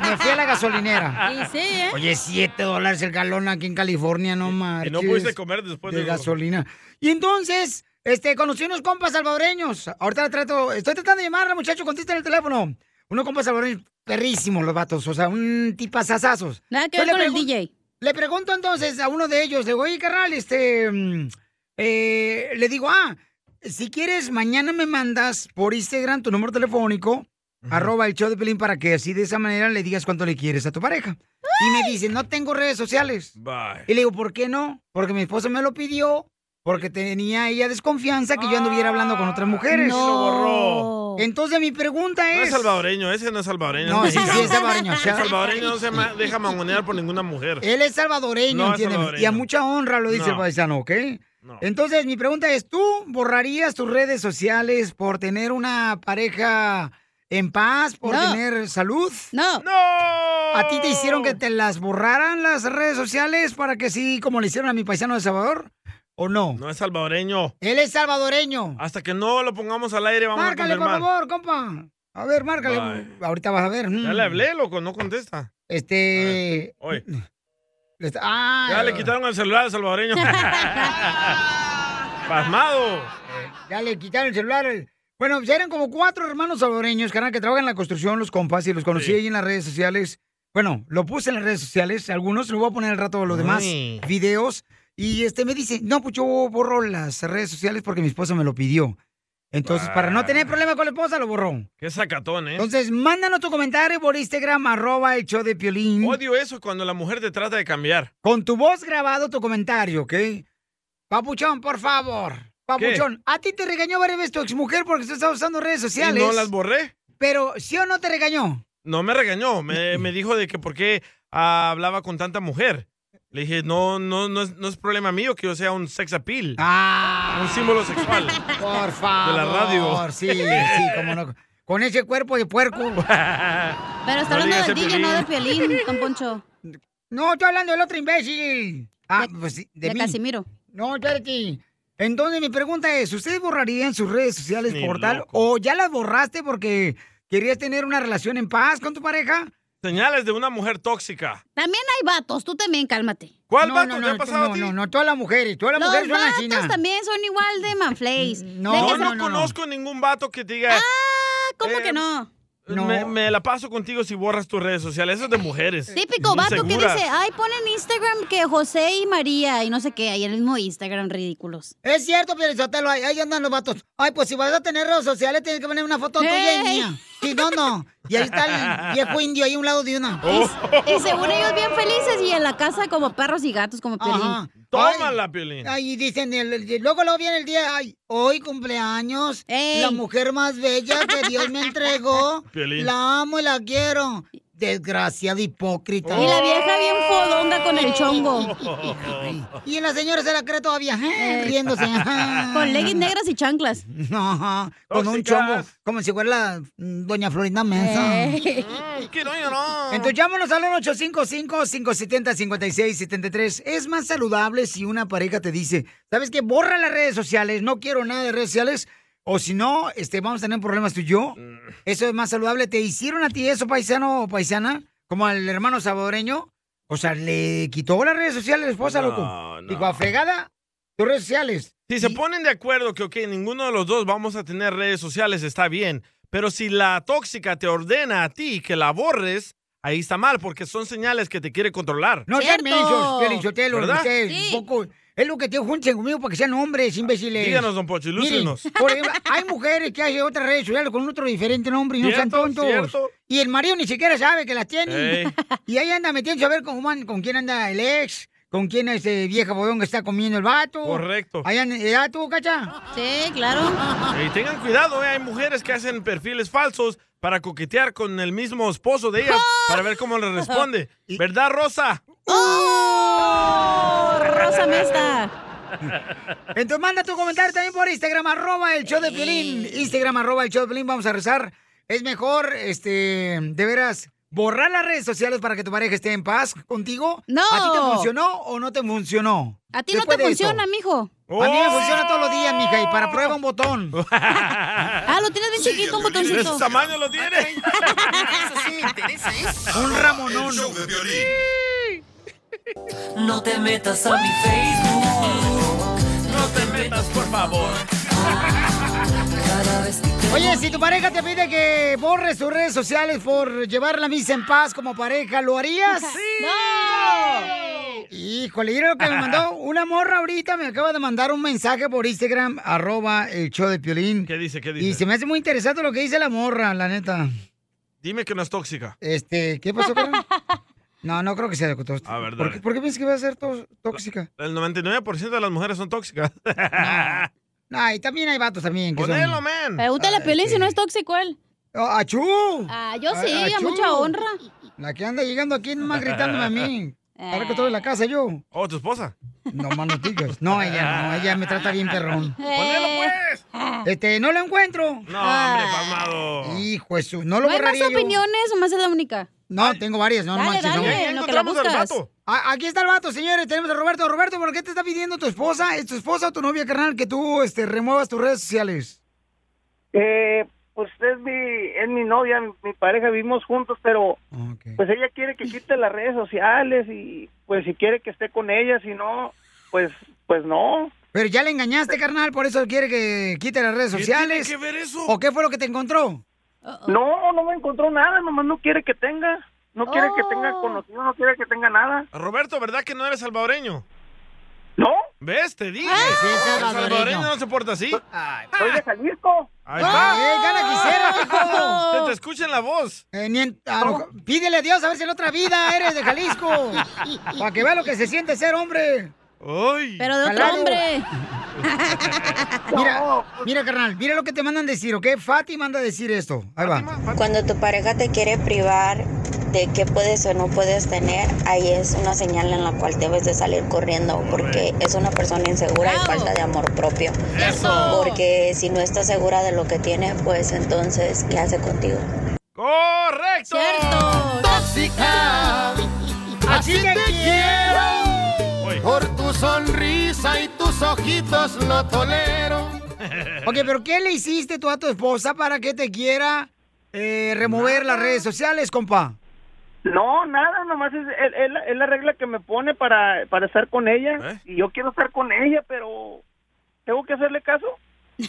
Speaker 1: Me fui a la gasolinera.
Speaker 4: Ah. Y sí, ¿eh?
Speaker 1: Oye, 7 dólares el galón aquí en California, no marches.
Speaker 2: Y no pudiste comer después
Speaker 1: de,
Speaker 2: de eso.
Speaker 1: gasolina. Y entonces, este, conocí unos compas salvadoreños. Ahorita trato, estoy tratando de llamarla, muchacho, contesta el teléfono. Unos compas salvadoreños perrísimos los vatos, o sea, un tipazazazos.
Speaker 4: Nada que
Speaker 1: Yo
Speaker 4: ver
Speaker 1: le
Speaker 4: con el
Speaker 1: pregun-
Speaker 4: DJ.
Speaker 1: Le pregunto entonces a uno de ellos, le digo, oye, carnal, este, mm, eh, le digo, ah, si quieres, mañana me mandas por Instagram tu número telefónico, arroba el show de Pelín, para que así de esa manera le digas cuánto le quieres a tu pareja. Y me dice, no tengo redes sociales.
Speaker 2: Bye.
Speaker 1: Y le digo, ¿por qué no? Porque mi esposa me lo pidió, porque tenía ella desconfianza que yo anduviera hablando con otras mujeres.
Speaker 2: no. Ah, Lo borró.
Speaker 1: Entonces mi pregunta
Speaker 2: No es
Speaker 1: es...
Speaker 2: salvadoreño, ese no es salvadoreño.
Speaker 1: No, sí,
Speaker 2: mexicano.
Speaker 1: sí, es salvadoreño.
Speaker 2: El salvadoreño no se ma- deja mangonear por ninguna mujer.
Speaker 1: Él es salvadoreño,
Speaker 2: No es
Speaker 1: ¿entiendes?
Speaker 2: salvadoreño.
Speaker 1: Y a mucha honra lo dice
Speaker 2: No.
Speaker 1: el paisano, ¿ok? Entonces, mi pregunta es, ¿tú borrarías tus redes sociales por tener una pareja en paz, por
Speaker 4: No.
Speaker 1: tener salud?
Speaker 4: No.
Speaker 1: No. ¿A ti te hicieron que te las borraran las redes sociales para que sí, como le hicieron a mi paisano de Salvador? ¿O no?
Speaker 2: No es salvadoreño.
Speaker 1: Él es salvadoreño.
Speaker 2: Hasta que no lo pongamos al aire, vamos
Speaker 1: márcale,
Speaker 2: a
Speaker 1: por
Speaker 2: confirmar.
Speaker 1: favor, compa. A ver, márcale.
Speaker 2: Bye.
Speaker 1: Ahorita vas a ver.
Speaker 2: Ya le hablé, loco, no contesta.
Speaker 1: Este...
Speaker 2: Oye.
Speaker 1: le está- Ah,
Speaker 2: Ya le quitaron el celular al salvadoreño. Pasmado.
Speaker 1: Ya le quitaron el celular. Bueno, pues eran como cuatro hermanos salvadoreños, carnal, que trabajan en la construcción, los compas, y los conocí ahí en las redes sociales. Bueno, lo puse en las redes sociales, algunos, lo voy a poner al rato los demás
Speaker 18: Ay.
Speaker 1: videos. Y este me dice, no, pues yo borro las redes sociales porque mi esposa me lo pidió. Entonces, para no tener problema con la esposa, lo borró.
Speaker 2: Qué sacatón, ¿eh?
Speaker 1: Entonces, mándanos tu comentario por Instagram, arroba el show de Piolín.
Speaker 2: Odio eso cuando la mujer te trata de cambiar.
Speaker 1: Con tu voz grabado tu comentario, ¿ok? Papuchón, por favor. Papuchón, a ti te regañó varias veces tu exmujer porque tú estabas usando redes sociales.
Speaker 2: Y no las borré.
Speaker 1: Pero, ¿sí o no te regañó?
Speaker 2: No me regañó, me, me dijo de que por qué ah, hablaba con tanta mujer. Le dije, no, no, no es, no es problema mío que yo sea un sex appeal.
Speaker 1: Ah.
Speaker 2: Un símbolo sexual.
Speaker 1: Por favor.
Speaker 2: De la radio.
Speaker 1: Sí, sí, cómo no. Con ese cuerpo de puerco.
Speaker 4: Pero está hablando del DJ, no del Piolín, don Poncho.
Speaker 1: No, estoy hablando del otro imbécil. Ah, pues sí, de,
Speaker 4: de
Speaker 1: mí.
Speaker 4: Casimiro.
Speaker 1: No, espérate. Entonces, mi pregunta es, ¿ustedes borrarían sus redes sociales por tal? ¿O ya las borraste porque querías tener una relación en paz con tu pareja?
Speaker 2: Señales de una mujer tóxica.
Speaker 4: También hay vatos, tú también, cálmate.
Speaker 2: ¿Cuál
Speaker 1: no,
Speaker 2: vato
Speaker 1: no,
Speaker 2: te
Speaker 1: no,
Speaker 2: ha pasado
Speaker 1: no,
Speaker 2: a ti?
Speaker 1: No, no, todas las mujeres, todas las
Speaker 4: Los
Speaker 1: mujeres son
Speaker 4: vatos
Speaker 1: así. China. Mm,
Speaker 4: también son igual de manflays.
Speaker 1: No,
Speaker 2: No, no, conozco ningún vato que te diga. Eh,
Speaker 4: Ah, ¿cómo que no?
Speaker 2: Me, me la paso contigo si borras tus redes sociales. Eso es de mujeres.
Speaker 4: Típico vato
Speaker 2: Eh, Inseguras.
Speaker 4: que dice, ay, pon en Instagram que José y María y no sé qué, ahí en el mismo Instagram, ridículos.
Speaker 1: Es cierto, Pielizotelo, ahí, ahí andan los vatos. Ay, pues si vas a tener redes sociales, tienes que poner una foto tuya y
Speaker 4: Ey.
Speaker 1: mía. Sí, no, no. Y ahí está el viejo indio ahí a un lado de una.
Speaker 4: Y según ellos bien felices y en la casa como perros y gatos como Piolín.
Speaker 1: Ajá.
Speaker 2: Tómala, Piolín.
Speaker 1: Ay, y dicen, el- el- luego luego viene el día, ay, hoy cumpleaños, la mujer más bella que Dios me entregó,
Speaker 18: Piolín.
Speaker 1: la amo y la quiero. Desgraciado hipócrita.
Speaker 4: Y la vieja bien fodonga con el chongo.
Speaker 1: Y la señora se la cree todavía, ajá, riéndose. ajá.
Speaker 4: Eh, Con leggings negras y chanclas.
Speaker 1: Ajá, con un chombo, como si fuera la mm, doña Florinda Mensa.
Speaker 2: Eh. Mm,
Speaker 1: Entonces llámanos al 855-570-5673. Es más saludable si una pareja te dice, ¿sabes qué? Borra las redes sociales, no quiero nada de redes sociales. O si no, este, vamos a tener problemas tú y yo.
Speaker 2: Mm.
Speaker 1: Eso es más saludable. ¿Te hicieron a ti eso, paisano o paisana? Como al hermano salvadoreño. O sea, le quitó las redes sociales a la esposa,
Speaker 2: No,
Speaker 1: loco.
Speaker 2: no.
Speaker 1: Dijo, a fregada, tus redes sociales.
Speaker 2: Si se ponen de acuerdo que, ok, ninguno de los dos vamos a tener redes sociales, está bien. Pero si la tóxica te ordena a ti que la borres, ahí está mal, porque son señales que te quiere controlar.
Speaker 1: No sean mensos, Pielichotelo,
Speaker 2: ¿Verdad?
Speaker 1: ustedes, un poco- Es lo que te junten conmigo para que sean hombres, imbéciles.
Speaker 2: Ah, Díganos, don Pocho,
Speaker 1: Miren,
Speaker 2: ilústrenos.
Speaker 1: por ejemplo, hay mujeres que hacen otras redes sociales con otro diferente nombre y no sean
Speaker 2: Cierto,
Speaker 1: tontos.
Speaker 2: cierto.
Speaker 1: Y el marido ni siquiera sabe que las tiene.
Speaker 2: Ey.
Speaker 1: Y ahí anda metiéndose a ver con, Juan- con quién anda el ex, con quién este vieja bodonga está comiendo el vato.
Speaker 2: Correcto.
Speaker 1: Ahí anda, ¿ya tú, cacha?
Speaker 4: Sí, claro.
Speaker 2: Y tengan cuidado, ¿eh? hay mujeres que hacen perfiles falsos para coquetear con el mismo esposo de ellas para ver cómo les responde. ¿Verdad, Rosa?
Speaker 4: ¡Oh! Rosa Mesta.
Speaker 1: Entonces manda tu comentario también por Instagram, arroba el show de Piolín. Instagram, arroba el show de Piolín, vamos a rezar. Es mejor, este, de veras, borrar las redes sociales para que tu pareja esté en paz contigo.
Speaker 4: No.
Speaker 1: ¿A ti te funcionó o no te funcionó?
Speaker 4: A ti no
Speaker 1: Después
Speaker 4: te
Speaker 1: de esto.
Speaker 4: funciona, mijo.
Speaker 1: A mí me funciona todos los días, mija, y para prueba un botón.
Speaker 4: Ah, lo tienes bien chiquito, un botoncito.
Speaker 2: ¿De su tamaño lo tiene?
Speaker 18: Eso sí me interesa, ¿eh?
Speaker 1: Un ramonón.
Speaker 18: No te metas a mi Facebook.
Speaker 2: No te metas, por favor.
Speaker 1: Oye, si tu pareja te pide que borres sus redes sociales por llevar la misa en paz como pareja, ¿lo harías? ¡No! Híjole, mira lo que me mandó una morra ahorita, me acaba de mandar un mensaje por Instagram, arroba el show de Piolín.
Speaker 2: ¿Qué dice? ¿Qué dice?
Speaker 1: Y se me hace muy interesante lo que dice la morra, la neta.
Speaker 2: Dime que no es tóxica.
Speaker 1: Este, ¿qué pasó, carnal? No, no creo que sea de cotos.
Speaker 2: A ver,
Speaker 1: ¿Por
Speaker 2: dale.
Speaker 1: qué, por qué piensas que va a ser to- tóxica?
Speaker 2: El 99% de las mujeres son tóxicas.
Speaker 1: Ay, también hay vatos también que son-
Speaker 2: Ponelo, man.
Speaker 4: Pregúntale a Piolín si no es tóxico él.
Speaker 1: Ah, ¡Achú!
Speaker 4: Ah, yo
Speaker 1: Ah,
Speaker 4: sí, a
Speaker 1: achú.
Speaker 4: mucha honra.
Speaker 1: La que anda llegando aquí nomás gritándome a mí. Ahora que estoy en la casa yo.
Speaker 2: ¿O Oh, tu esposa?
Speaker 1: No, mano, digas. No, ella no, ella me trata bien perrón. Este, no la encuentro. Ah.
Speaker 2: No, hombre, palmado.
Speaker 1: Hijo de su, no lo
Speaker 4: ¿No hay más
Speaker 1: borraría yo.
Speaker 4: opiniones o más es la única?
Speaker 1: No, tengo varias, no, no
Speaker 4: Dale,
Speaker 1: manches,
Speaker 4: dale,
Speaker 1: no.
Speaker 4: en lo que la buscas.
Speaker 1: A- Aquí está el vato, señores. Tenemos a Roberto. Roberto, ¿por qué te está pidiendo tu esposa? ¿Es tu esposa o tu novia, carnal, que tú este, remuevas tus redes sociales?
Speaker 19: Eh, pues es mi, es mi novia, mi, mi pareja, vivimos juntos, pero pues ella quiere que quite las redes sociales y pues si quiere que esté con ella, si no, pues, pues no.
Speaker 1: Pero ya le engañaste, carnal, por eso quiere que quite las redes
Speaker 19: ¿Qué
Speaker 1: sociales.
Speaker 19: tiene que ver eso?
Speaker 1: ¿O qué fue lo que te encontró?
Speaker 19: No, no me encontró nada, nomás no quiere que tenga, no quiere que tenga conocido, no quiere que tenga nada.
Speaker 2: Oh. Roberto, ¿verdad que no eres salvadoreño?
Speaker 19: ¿No.
Speaker 2: ¿Ves? Te dije.
Speaker 19: Ah, sí,
Speaker 2: El
Speaker 19: salvadoreño.
Speaker 2: salvadoreño no se porta así.
Speaker 19: Soy de Jalisco.
Speaker 2: Ahí
Speaker 19: ¡Oh!
Speaker 2: está.
Speaker 1: ¡Eh, gana quisiera,
Speaker 2: Se
Speaker 1: Pico!
Speaker 2: te escucha en la voz.
Speaker 1: Eh, ni en- a lo- pídele a Dios a ver si en otra vida eres de Jalisco. Para que vea lo que se siente ser hombre.
Speaker 4: Pero de otro
Speaker 1: Calado.
Speaker 4: hombre.
Speaker 1: Mira, mira, carnal, mira lo que te mandan decir, ¿ok? Fati manda decir esto. Ahí va.
Speaker 20: Cuando tu pareja te quiere privar de qué puedes o no puedes tener, ahí es una señal en la cual debes de salir corriendo porque es una persona insegura y falta de amor propio.
Speaker 18: Eso.
Speaker 20: Porque si no estás segura de lo que tiene, pues entonces, ¿qué hace contigo?
Speaker 2: ¡Correcto!
Speaker 11: Tóxica, así te quiero. Por tu sonrisa y tus ojitos no tolero.
Speaker 1: Ok, pero ¿qué le hiciste tú a tu esposa para que te quiera eh, remover las redes sociales, compa?
Speaker 19: No, nada, nomás Pues es, es- es la- es la regla que me pone para, para estar con ella.
Speaker 2: Eh.
Speaker 19: Y yo quiero estar con ella, pero ¿tengo que hacerle caso?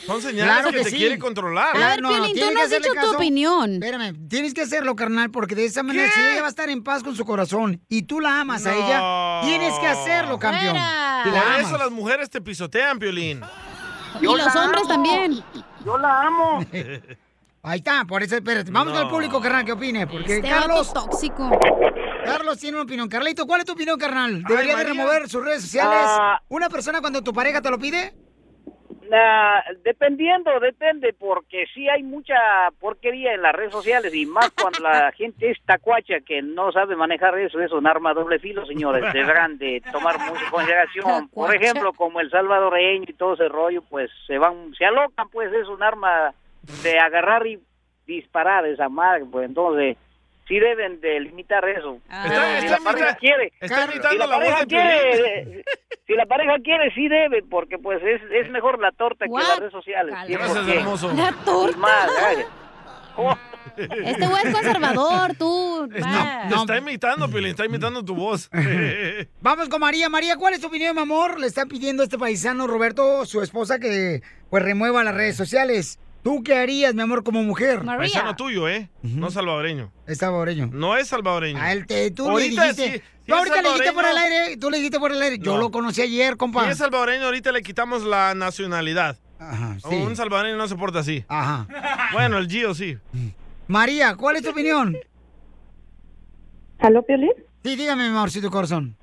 Speaker 2: Son señales que, te quiere controlar.
Speaker 1: Claro, Ah, no, no, tienes que hacerle caso.
Speaker 4: opinión.
Speaker 1: Espérame, tienes que hacerlo, carnal, porque de esa manera,
Speaker 4: ¿Qué?
Speaker 1: si ella va a estar en paz con su corazón y tú la amas a ella,
Speaker 2: No.
Speaker 1: tienes que hacerlo, campeón. La
Speaker 2: Por
Speaker 1: amas.
Speaker 2: eso las mujeres te pisotean, Piolín.
Speaker 1: Yo la amo.
Speaker 19: Yo la amo.
Speaker 1: Ahí está, por eso, espérate. Vamos
Speaker 2: No.
Speaker 1: al público, carnal, ¿qué opine? Porque
Speaker 4: Este
Speaker 1: Carlos.
Speaker 4: vato tóxico.
Speaker 1: Carlos tiene una opinión. Carlito, ¿cuál es tu opinión, carnal? ¿Debería de
Speaker 21: María.
Speaker 1: remover sus redes sociales
Speaker 21: Ah.
Speaker 1: una persona cuando tu pareja te lo pide?
Speaker 21: Nah, dependiendo, depende, porque sí hay mucha porquería en las redes sociales y más cuando la gente es tacuacha que no sabe manejar eso, es un arma a doble filo, señores. Deberán de tomar mucha consideración. Por
Speaker 22: Tacuacha.
Speaker 21: ejemplo, como el salvadoreño y todo ese rollo, pues se van, se alocan, pues es un arma de agarrar y disparar esa madre, pues entonces sí deben de limitar eso.
Speaker 1: Ah.
Speaker 2: Está-
Speaker 21: Si
Speaker 2: está
Speaker 21: la pareja
Speaker 2: imita-
Speaker 21: quiere,
Speaker 2: está
Speaker 21: si
Speaker 2: imitando la voz
Speaker 21: pareja
Speaker 2: de
Speaker 21: quiere, eh,
Speaker 2: Piolín. Eh.
Speaker 21: si la pareja quiere, sí debe, porque pues es, es mejor la torta que las redes sociales. ¿sí?
Speaker 2: Gracias,
Speaker 21: Porque-
Speaker 2: hermoso.
Speaker 4: La torta.
Speaker 21: Más, ay. Oh.
Speaker 4: Este güey es conservador, tú.
Speaker 2: Está- te está imitando, Piolín, está imitando tu voz.
Speaker 1: Vamos con María. María, ¿cuál es tu opinión, mi amor? Le está pidiendo este paisano Roberto, su esposa, que pues remueva las redes sociales. ¿Tú qué harías, mi amor, como mujer?
Speaker 2: Paisano tuyo, ¿eh? No salvadoreño.
Speaker 1: Es salvadoreño.
Speaker 2: No es salvadoreño.
Speaker 1: A él te- tú
Speaker 2: Ahorita
Speaker 1: le dijiste,
Speaker 2: sí, sí
Speaker 1: tú
Speaker 2: es
Speaker 1: ahorita le dijiste por el
Speaker 2: salvadoreño.
Speaker 1: aire, tú le dijiste por el aire. Yo
Speaker 2: No.
Speaker 1: lo conocí ayer, compa.
Speaker 2: Si es salvadoreño, ahorita le quitamos la nacionalidad.
Speaker 1: sí.
Speaker 2: Un salvadoreño no se porta así.
Speaker 1: Ajá.
Speaker 2: Bueno, el Gio sí.
Speaker 1: María, ¿cuál es tu opinión?
Speaker 22: ¿Aló, Piolín?
Speaker 1: Sí, dígame, mi amorcito corazón.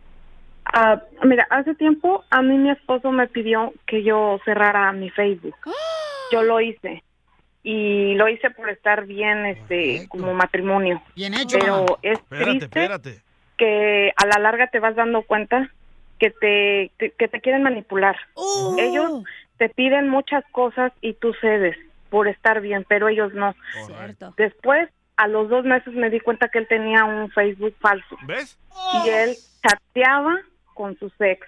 Speaker 22: Ah, mira, hace tiempo a mí mi esposo me pidió que yo cerrara mi Facebook.
Speaker 1: ¡Ah!
Speaker 22: Yo lo hice. Y lo hice por estar bien, este, como matrimonio.
Speaker 1: Bien hecho.
Speaker 22: Pero
Speaker 1: mamá.
Speaker 22: es triste que a la larga te vas dando cuenta que te, te- que te quieren manipular.
Speaker 1: ¡Oh!
Speaker 22: Ellos te piden muchas cosas y tú cedes por estar bien, pero ellos no. Después, a los dos meses me di cuenta que él tenía un Facebook falso.
Speaker 2: ¿Ves?
Speaker 22: Y él chateaba con sus ex.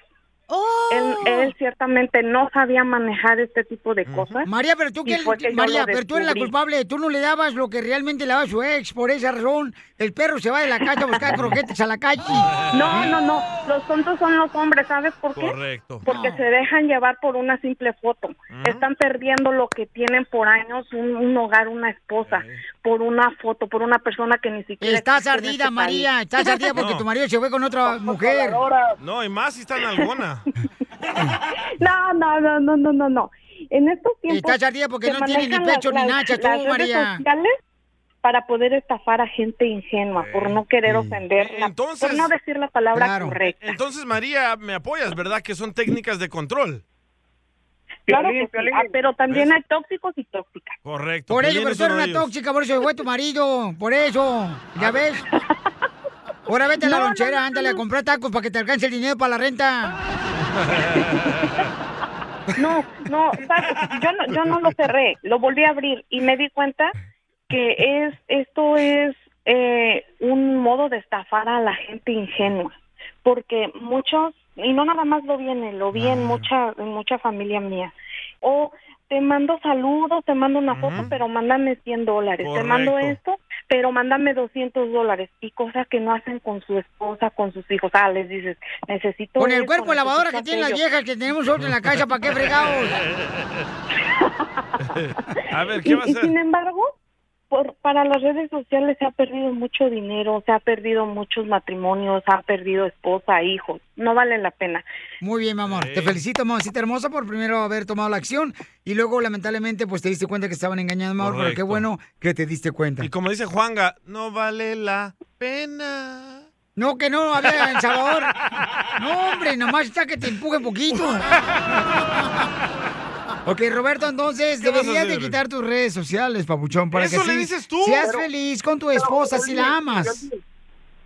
Speaker 1: Oh.
Speaker 22: Él, él ciertamente no sabía manejar este tipo de cosas.
Speaker 1: María, pero tú
Speaker 22: Y
Speaker 1: que,
Speaker 22: fue que yo
Speaker 1: María,
Speaker 22: lo
Speaker 1: pero tú eres la
Speaker 22: descubrí.
Speaker 1: culpable, tú no le dabas lo que realmente le daba su ex, por esa razón el perro se va de la casa a buscar croquetes a la calle.
Speaker 22: No, no, no. Los tontos son los hombres, ¿sabes por qué?
Speaker 2: Correcto.
Speaker 22: Porque se dejan llevar por una simple foto. Están perdiendo lo que tienen por años, un, un hogar, una esposa,
Speaker 2: Eh.
Speaker 22: por una foto, por una persona que ni siquiera...
Speaker 1: Estás
Speaker 22: existe en este
Speaker 1: ardida,
Speaker 22: país.
Speaker 1: María, estás ardida porque
Speaker 2: No.
Speaker 1: tu marido se fue con otra mujer.
Speaker 2: No, y más si está en alguna.
Speaker 22: No, no, no, no, no, no, no. En estos tiempos...
Speaker 1: Estás ardida porque
Speaker 22: se
Speaker 1: no tienes ni
Speaker 22: manejan las-
Speaker 1: pecho ni
Speaker 22: las-
Speaker 1: nachas tú,
Speaker 22: las redes
Speaker 1: María.
Speaker 22: sociales para poder estafar a gente ingenua, por no querer ofenderla, por no decir la palabra correcta.
Speaker 2: Entonces, María, me apoyas, ¿verdad? Que son técnicas de control.
Speaker 22: Claro que
Speaker 2: Piolín,
Speaker 22: sí,
Speaker 2: Piolín.
Speaker 22: ah, pero también hay tóxicos y tóxicas.
Speaker 2: Correcto.
Speaker 1: Por ello,
Speaker 2: Piolín
Speaker 1: pero
Speaker 2: es
Speaker 1: tú eres
Speaker 2: uno de
Speaker 1: una
Speaker 2: ellos. Ah.
Speaker 1: tóxica, por eso se fue tu marido, por eso, ¿ya ves? Ahora vete a la
Speaker 11: No, no,
Speaker 1: lonchera, ándale a comprar tacos para que te alcance el dinero para la renta.
Speaker 22: No, no, ¿sabes? yo no, yo no lo cerré, lo volví a abrir y me di cuenta que es esto es eh, un modo de estafar a la gente ingenua, porque muchos y no nada más lo viene, lo vi
Speaker 1: Ah.
Speaker 22: en mucha en mucha familia mía. O te mando saludos, te mando una foto, pero mándame 100 dólares. Te mando
Speaker 6: Correcto.
Speaker 22: esto, pero mándame 200 dólares. Y cosas que no hacen con su esposa, con sus hijos. Ah, les dices, necesito.
Speaker 1: Con el
Speaker 22: esto,
Speaker 1: cuerpo de lavadora que
Speaker 22: necesito
Speaker 1: tienen las
Speaker 22: aquello.
Speaker 1: viejas que tenemos nosotros en la casa, ¿para qué fregados?
Speaker 2: A ver,
Speaker 22: y,
Speaker 2: ¿qué va a
Speaker 22: y
Speaker 2: hacer?
Speaker 22: sin embargo, por, para las redes sociales se ha perdido mucho dinero, se ha perdido muchos matrimonios, se ha perdido esposa, hijos. No vale la pena.
Speaker 1: Muy bien, mi amor. Te felicito, mamacita hermosa, por primero haber tomado la acción y luego, lamentablemente, pues te diste cuenta que estaban engañando, mi amor, pero qué
Speaker 2: Correcto.
Speaker 1: bueno que te diste cuenta.
Speaker 2: Y como dice Juanga, no vale la pena.
Speaker 1: No, que no, habla El Salvador. No, hombre, nomás está que te empuje poquito. Ok, Roberto, entonces
Speaker 11: ¿Qué vas a
Speaker 1: deberías de
Speaker 11: hacer?
Speaker 1: quitar tus redes sociales, papuchón, para
Speaker 11: Eso
Speaker 1: que
Speaker 11: le
Speaker 1: sí
Speaker 11: dices tú.
Speaker 1: seas
Speaker 11: Pero-
Speaker 1: feliz con tu esposa si la amas.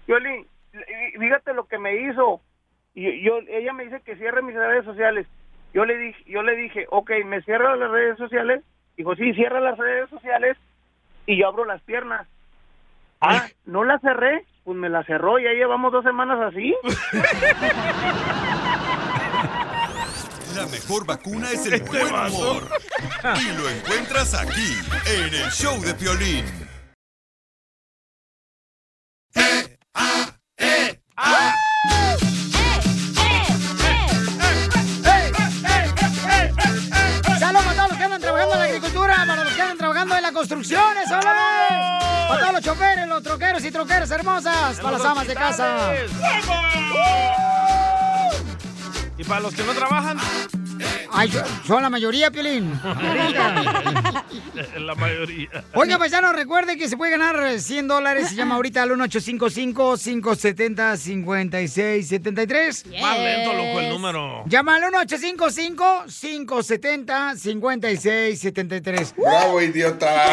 Speaker 19: Yoli, y- fíjate lo que me hizo. Yo, yo- ella me dice que cierre mis redes sociales. Yo le dije, yo le dije, ok, me cierra las redes sociales. Dijo, sí, cierra las redes sociales y yo abro las piernas. Ah, no la cerré, pues me la cerró. Ya llevamos dos semanas así.
Speaker 5: La mejor vacuna es el buen humor. Y lo encuentras aquí, en el show de Piolín.
Speaker 1: Ah. ¡Saludos para todos los que andan trabajando en la agricultura, para los que andan trabajando en la construcción, eso hombre! Para todos los choferes, los troqueros y troqueras hermosas, para las amas de casa.
Speaker 2: ¿Y para los que no trabajan?
Speaker 1: Ay, yo- son la mayoría, Piolín.
Speaker 2: La mayoría.
Speaker 1: Oiga, paisano, recuerde que se puede ganar 100 dólares. Se llama ahorita al 1855-570-5673.
Speaker 2: Más lento, loco, el número.
Speaker 1: Llama al 1855-570-5673.
Speaker 7: Bravo, idiota.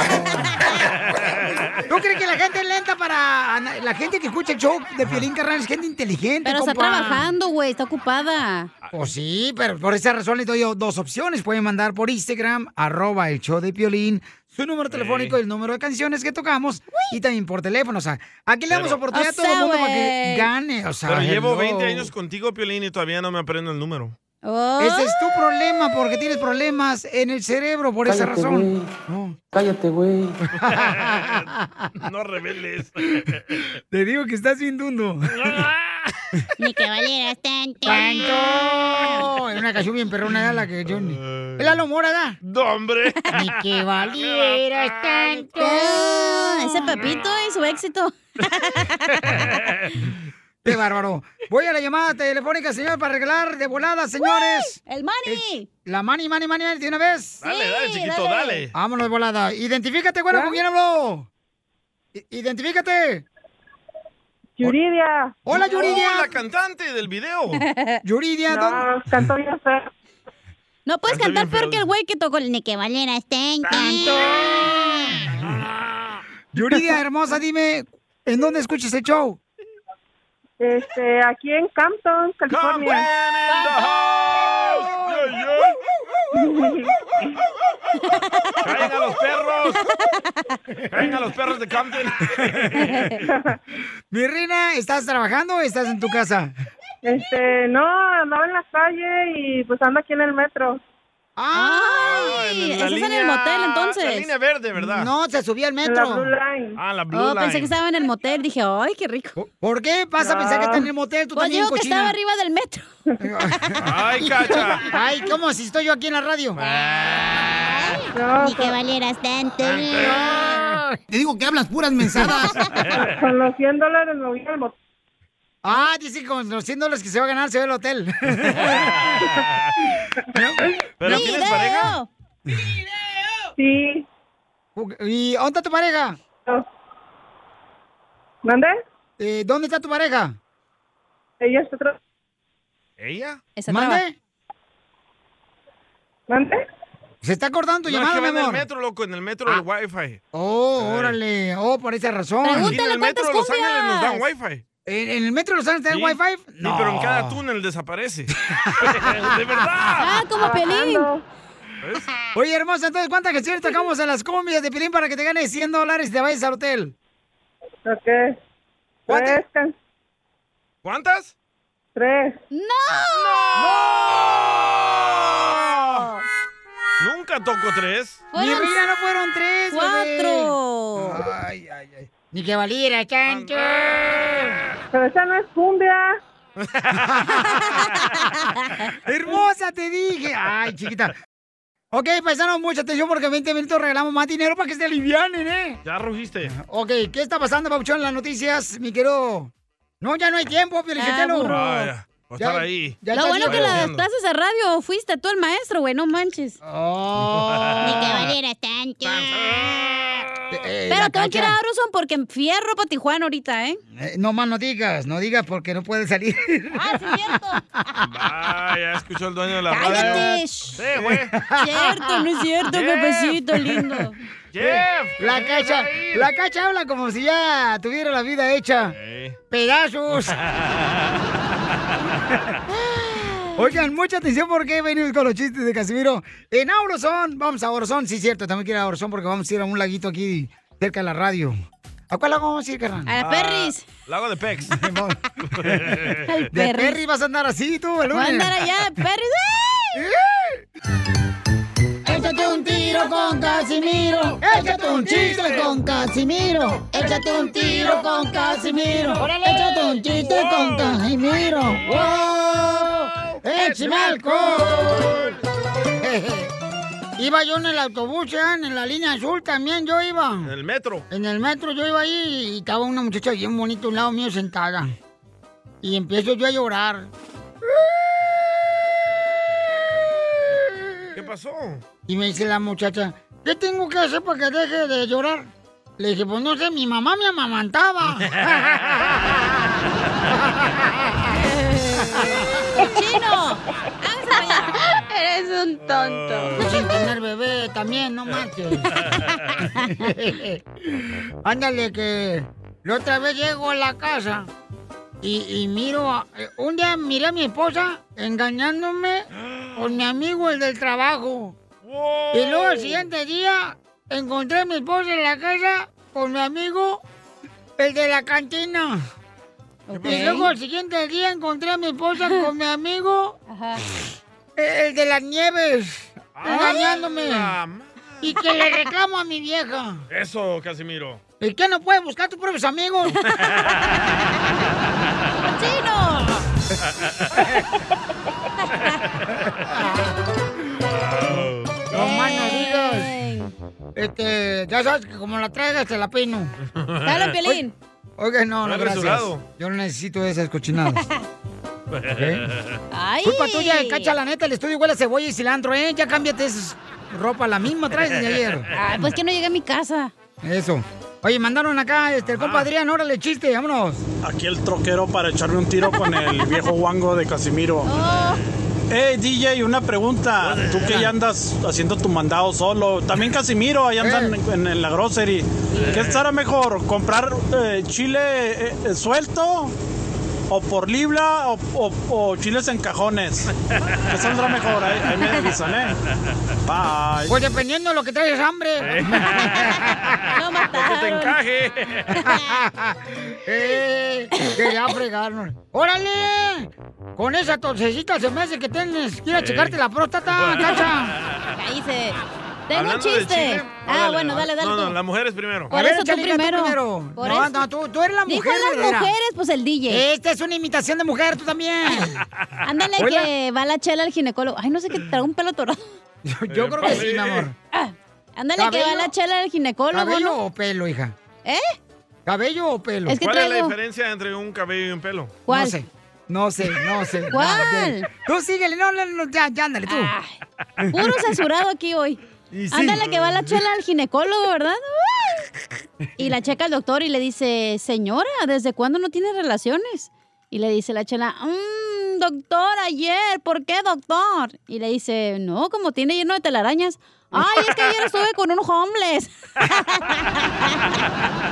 Speaker 1: ¿Tú crees que la gente es lenta para... ana- La gente que escucha el show de Piolín Carnal es gente inteligente,
Speaker 4: Pero está
Speaker 1: compa?
Speaker 4: trabajando, güey, está ocupada.
Speaker 1: Pues sí, pero por esa razón les doy yo dos opciones. Pueden mandar por Instagram, arroba el show de Piolín, su número telefónico y el número de canciones que tocamos. Y también por teléfono, o sea, aquí le damos
Speaker 2: Pero-
Speaker 1: oportunidad a todo el mundo para que gane, Eh, o sea.
Speaker 2: Pero llevo
Speaker 1: hello.
Speaker 2: 20 años contigo, Piolín, y todavía no me aprendo el número.
Speaker 1: Ese es tu problema, porque tienes problemas en el cerebro por esa
Speaker 2: Cállate,
Speaker 1: razón.
Speaker 7: Cállate, güey.
Speaker 2: No reveles.
Speaker 1: Te digo que estás bien dundo.
Speaker 4: Ni que valieras tanto.
Speaker 1: ¡Tanto! Es una canción bien perrona, era la que yo... ¿Es Lalo Mora, da?
Speaker 2: ¡No, hombre!
Speaker 1: Ni que valieras tanto.
Speaker 4: Oh, Ese Pepito y su éxito.
Speaker 1: ¡Qué bárbaro! Voy a la llamada telefónica, señor, para arreglar de volada, señores.
Speaker 4: ¡El money!
Speaker 1: la money, money, money, de una vez.
Speaker 2: Dale, dale, Sí, chiquito, dale. dale.
Speaker 1: Vámonos de volada. Identifícate, bueno, ¿con quién habló? I- Identifícate.
Speaker 22: Yuridia.
Speaker 1: Hola,
Speaker 2: Oh,
Speaker 1: Yuridia.
Speaker 2: la cantante del video.
Speaker 1: Yuridia, ¿dónde?
Speaker 22: Canto bien feo.
Speaker 4: No puedes
Speaker 2: Canta
Speaker 4: cantar
Speaker 2: bien
Speaker 4: peor
Speaker 2: feo.
Speaker 4: que el güey que tocó el ni que valieras tanto.
Speaker 1: Yuridia, hermosa, dime, ¿en dónde escuchas el show?
Speaker 22: Este, aquí en Campton, California.
Speaker 2: ¡Caen a los perros! ¡Caen a los perros de Camden!
Speaker 1: Mi reina, ¿estás trabajando o estás en tu casa?
Speaker 22: Este, no, andaba en la calle y pues ando aquí en el metro.
Speaker 1: ¡Ay!
Speaker 2: la ese es en el línea- motel, entonces. la línea verde, ¿verdad?
Speaker 1: No, se subía al metro.
Speaker 22: La Blue Line.
Speaker 2: Ah, la Blue
Speaker 4: Oh,
Speaker 2: Line.
Speaker 4: pensé que estaba en el motel. Dije, ¡ay, qué rico!
Speaker 1: ¿Por qué vas a pensar que está en el motel? Tú
Speaker 4: pues
Speaker 1: también,
Speaker 4: digo que
Speaker 1: cochina.
Speaker 4: estaba arriba del metro.
Speaker 2: ¡Ay, cacha!
Speaker 1: Ay, ¿cómo si estoy yo aquí en la radio?
Speaker 4: Ni que valieras tanto.
Speaker 1: Te digo que hablas puras mensadas.
Speaker 22: Con los 100 dólares me voy al motel.
Speaker 1: Ah, dice que con los 100 dólares que se va a ganar se va al hotel.
Speaker 2: ¿Pero tienes pareja?
Speaker 1: Sí. ¿Y dónde está tu pareja?
Speaker 22: ¿Dónde?
Speaker 1: Eh, ¿Dónde está tu pareja?
Speaker 22: Ella está tra-
Speaker 2: ¿Ella?
Speaker 1: ¿Mande?
Speaker 22: ¿Mande?
Speaker 1: Se está cortando tu
Speaker 2: No, es
Speaker 1: llamada,
Speaker 2: que
Speaker 1: mi
Speaker 2: va en el
Speaker 1: amor.
Speaker 2: metro, loco, en el metro el wifi.
Speaker 1: Oh,
Speaker 2: Ay.
Speaker 1: órale. Oh, por esa razón.
Speaker 2: Aquí en el metro de Los Ángeles nos dan wifi.
Speaker 1: ¿En, en el metro de Los Ángeles
Speaker 2: Sí.
Speaker 1: tenés wifi?
Speaker 2: Sí, pero en cada túnel desaparece. de verdad.
Speaker 1: Ah, como Pelín.
Speaker 2: ¿Ves?
Speaker 1: Oye, hermosa, entonces, ¿cuántas canciones tocamos en las cumbias de Pelín para que te ganes 100 dólares y te vayas al hotel?
Speaker 22: Ok.
Speaker 1: ¿Cuántas?
Speaker 2: ¿Cuántas?
Speaker 22: Tres.
Speaker 2: ¡No! Nunca toco tres.
Speaker 1: Ni Rita no fueron tres,
Speaker 22: Cuatro.
Speaker 1: bebé. Ay, ay, ay. Ni que valiera,
Speaker 2: Ah,
Speaker 1: chancho.
Speaker 22: Pero esa no es cumbia.
Speaker 1: Hermosa, te dije. Ay, chiquita. Ok, paisanos, mucha atención porque en 20 minutos regalamos más dinero para que se alivianen, ¿eh?
Speaker 2: Ya rugiste.
Speaker 1: Ok, ¿qué está pasando, Pabuchón, en las noticias, mi querido? No, ya no hay tiempo, Eh, Pielichotelo.
Speaker 2: Vaya, por estar
Speaker 1: Ya-
Speaker 2: ahí.
Speaker 4: Lo bueno que las
Speaker 2: Reduciendo.
Speaker 4: clases de radio fuiste tú el maestro, güey, no manches.
Speaker 18: Oh.
Speaker 1: Ni
Speaker 4: que valiera tanto.
Speaker 1: la eh,
Speaker 4: Pero tengo que ir
Speaker 1: Cacha.
Speaker 4: a Aruson porque fierro para Tijuana ahorita, ¿eh?
Speaker 1: Eh, no más no digas, no digas porque no puede salir.
Speaker 2: Ah, ya escuchó el dueño de la
Speaker 1: Cállate,
Speaker 2: radio. Sí, güey.
Speaker 1: Cierto, no es cierto,
Speaker 2: Jeff.
Speaker 1: pepecito lindo.
Speaker 2: Jeff,
Speaker 1: La
Speaker 2: ¿qué
Speaker 1: cacha,
Speaker 2: vas a ir?
Speaker 1: la cacha habla como si ya tuviera la vida hecha. Pedazos. Oigan, mucha atención porque venimos con los chistes de Casimiro. En Auroson, vamos a Auroson, sí cierto, también quiero ir a Auroson porque vamos a ir a un laguito aquí cerca de la radio. ¿A cuál lago vamos a ir, carnal?
Speaker 2: Ah, Lago de Pex. Ah.
Speaker 1: de Perry vas a andar así tú, el
Speaker 4: Voy a
Speaker 1: lunes.
Speaker 4: andar allá, Perry.
Speaker 1: Échate un tiro con Casimiro. Échate un chiste con Casimiro. Échate un tiro con Casimiro. Échate un chiste con Casimiro. ¡Wow! ¡Échame alcohol! Iba yo en el autobús, ya, en la línea azul también yo iba. En
Speaker 2: el metro.
Speaker 1: En el metro yo iba ahí y estaba una muchacha bien bonita a un lado mío sentada. Y empiezo yo a llorar.
Speaker 2: ¿Qué pasó?
Speaker 1: Y me dice la muchacha, ¿qué tengo que hacer para que deje de llorar? Le dije, pues no sé, mi mamá me amamantaba.
Speaker 4: ¡Chino!
Speaker 1: Eres un tonto. Sin tener bebé también, no manches. Ándale, que la otra vez llego a la casa y, y miro. a- eh, un día miré a mi esposa engañándome con mi amigo, el del trabajo. Y luego al siguiente día encontré a mi esposa en la casa con mi amigo, el de la cantina. Y luego al siguiente día encontré a mi esposa con mi amigo, el, el de las nieves, engañándome.
Speaker 2: la
Speaker 1: Y que le reclamo a mi vieja.
Speaker 2: Eso, Casimiro.
Speaker 1: ¿Y qué no puedes buscar tus propios amigos? ¡Chino! No más no digas. Este, ya sabes que como la traigas te la peino.
Speaker 4: Dale, Piolín.
Speaker 1: Oye, Oiga, no,
Speaker 4: No
Speaker 1: no,
Speaker 4: he
Speaker 1: gracias.
Speaker 4: rasurado.
Speaker 1: Yo no necesito esas cochinadas.
Speaker 4: Ay.
Speaker 1: Culpa tuya, cacha, la neta, el estudio huele a cebolla y cilantro, ¿eh? Ya cámbiate esa ropa, la misma traes de ayer.
Speaker 4: Ay, pues que no llegué a mi casa.
Speaker 1: Eso. Oye, mandaron acá, este, el
Speaker 2: Ah.
Speaker 1: compa Adrián, órale, chiste, vámonos.
Speaker 6: Aquí el troquero para echarme un tiro con el viejo guango de Casimiro.
Speaker 18: Oh.
Speaker 6: Hey DJ, una pregunta. Tú que ya andas haciendo tu mandado solo. También Casimiro, ahí andan en, en la grocery. ¿Qué estará mejor? ¿Comprar eh, chile eh, eh, suelto? ¿O por libra? O, o- o chiles en cajones? ¿Qué saldrá mejor? Ahí, ahí me avisan, ¿eh? Bye.
Speaker 1: Pues dependiendo de lo que traes hambre.
Speaker 6: no
Speaker 1: mataron.
Speaker 6: te encaje.
Speaker 1: eh, que ya fregaron. ¡Órale! Con esa torcecita se me hace que tienes que ir a
Speaker 4: Sí.
Speaker 1: checarte la próstata, cacha.
Speaker 4: Ahí se. Tengo
Speaker 2: Hablando
Speaker 4: un
Speaker 2: de
Speaker 4: chiste.
Speaker 2: Chile,
Speaker 4: ah,
Speaker 2: órale,
Speaker 4: bueno, dale, dale.
Speaker 2: No, no,
Speaker 4: tú.
Speaker 2: las mujeres primero.
Speaker 4: Por eso tú
Speaker 1: Chalina, tú
Speaker 4: primero.
Speaker 1: primero.
Speaker 4: Por
Speaker 1: no,
Speaker 4: eso.
Speaker 1: no, tú, tú eres la
Speaker 4: Dijo
Speaker 1: mujer.
Speaker 4: las
Speaker 1: verdadera.
Speaker 4: mujeres, pues el DJ.
Speaker 1: Esta es una imitación de mujer, tú también.
Speaker 4: Ándale
Speaker 1: Hola.
Speaker 4: que va la chela al ginecólogo. Ay, no sé qué, traigo un pelo atorado.
Speaker 2: Eh,
Speaker 1: Yo creo
Speaker 2: pues
Speaker 1: que sí, mi amor.
Speaker 4: Ándale que va
Speaker 1: ¿Cabello?
Speaker 4: la chela al ginecólogo,
Speaker 1: ¿Cabello
Speaker 4: ¿no?
Speaker 1: o pelo, hija?
Speaker 4: ¿Eh?
Speaker 1: ¿Cabello o pelo?
Speaker 4: Es que
Speaker 2: ¿Cuál es la
Speaker 4: traigo-
Speaker 2: diferencia entre un cabello y un pelo?
Speaker 1: No sé. No sé, no sé.
Speaker 4: ¿Cuál?
Speaker 1: No sé. Tú síguele, no, no, no, ya, ya, ándale tú.
Speaker 4: Puro censurado aquí hoy.
Speaker 1: Y sí.
Speaker 4: Ándale que va la chela al ginecólogo, ¿verdad? Y la checa el doctor y le dice, señora, ¿desde cuándo no tiene relaciones? Y le dice la chela, mmm, doctor, ayer, ¿por qué, doctor? Y le dice, no, como tiene lleno de telarañas. Ay, es que ayer estuve con un homeless.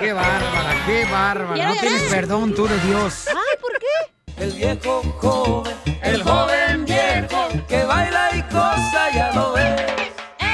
Speaker 1: Qué bárbara, qué bárbara. No tienes perdón tú de Dios.
Speaker 4: Ay, ¿por qué?
Speaker 18: El viejo joven, el joven viejo, que baila y cosa ya lo ve.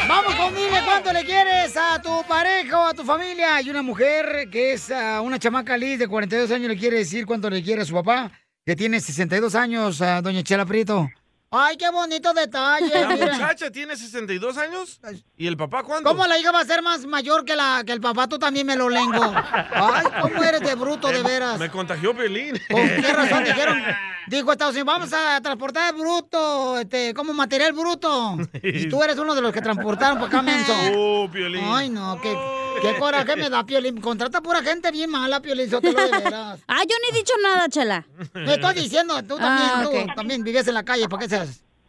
Speaker 1: Vamos con dile cuánto le quieres a tu pareja o a tu familia. Hay una mujer que es ah, una chamaca Liz de 42 años le quiere decir cuánto le quiere a su papá, que tiene 62 años, a doña Chela Prieto. Ay, qué bonito detalle.
Speaker 2: La
Speaker 1: mira.
Speaker 2: muchacha tiene 62 años y el papá cuánto?
Speaker 1: ¿Cómo la hija va a ser más mayor que, la, que el papá? Tú también me lo lengo. Ay, ¿cómo eres de bruto, de
Speaker 2: Eh,
Speaker 1: veras?
Speaker 2: Me contagió Pelín.
Speaker 1: ¿Con qué razón dijeron? Dijo Estados Unidos, vamos a transportar bruto, este, como material bruto. Y tú eres uno de los que transportaron por acá, menso.
Speaker 2: Oh, Piolín.
Speaker 1: Ay, no, qué, qué coraje me da, Piolín. Contrata pura gente bien mala, Piolín, Sotelo, de veras.
Speaker 4: Ah, yo ni he dicho nada, chela.
Speaker 1: Me estoy diciendo, tú también,
Speaker 4: Ah,
Speaker 1: tú
Speaker 4: ok.
Speaker 1: también vivías en la calle, ¿para qué seas?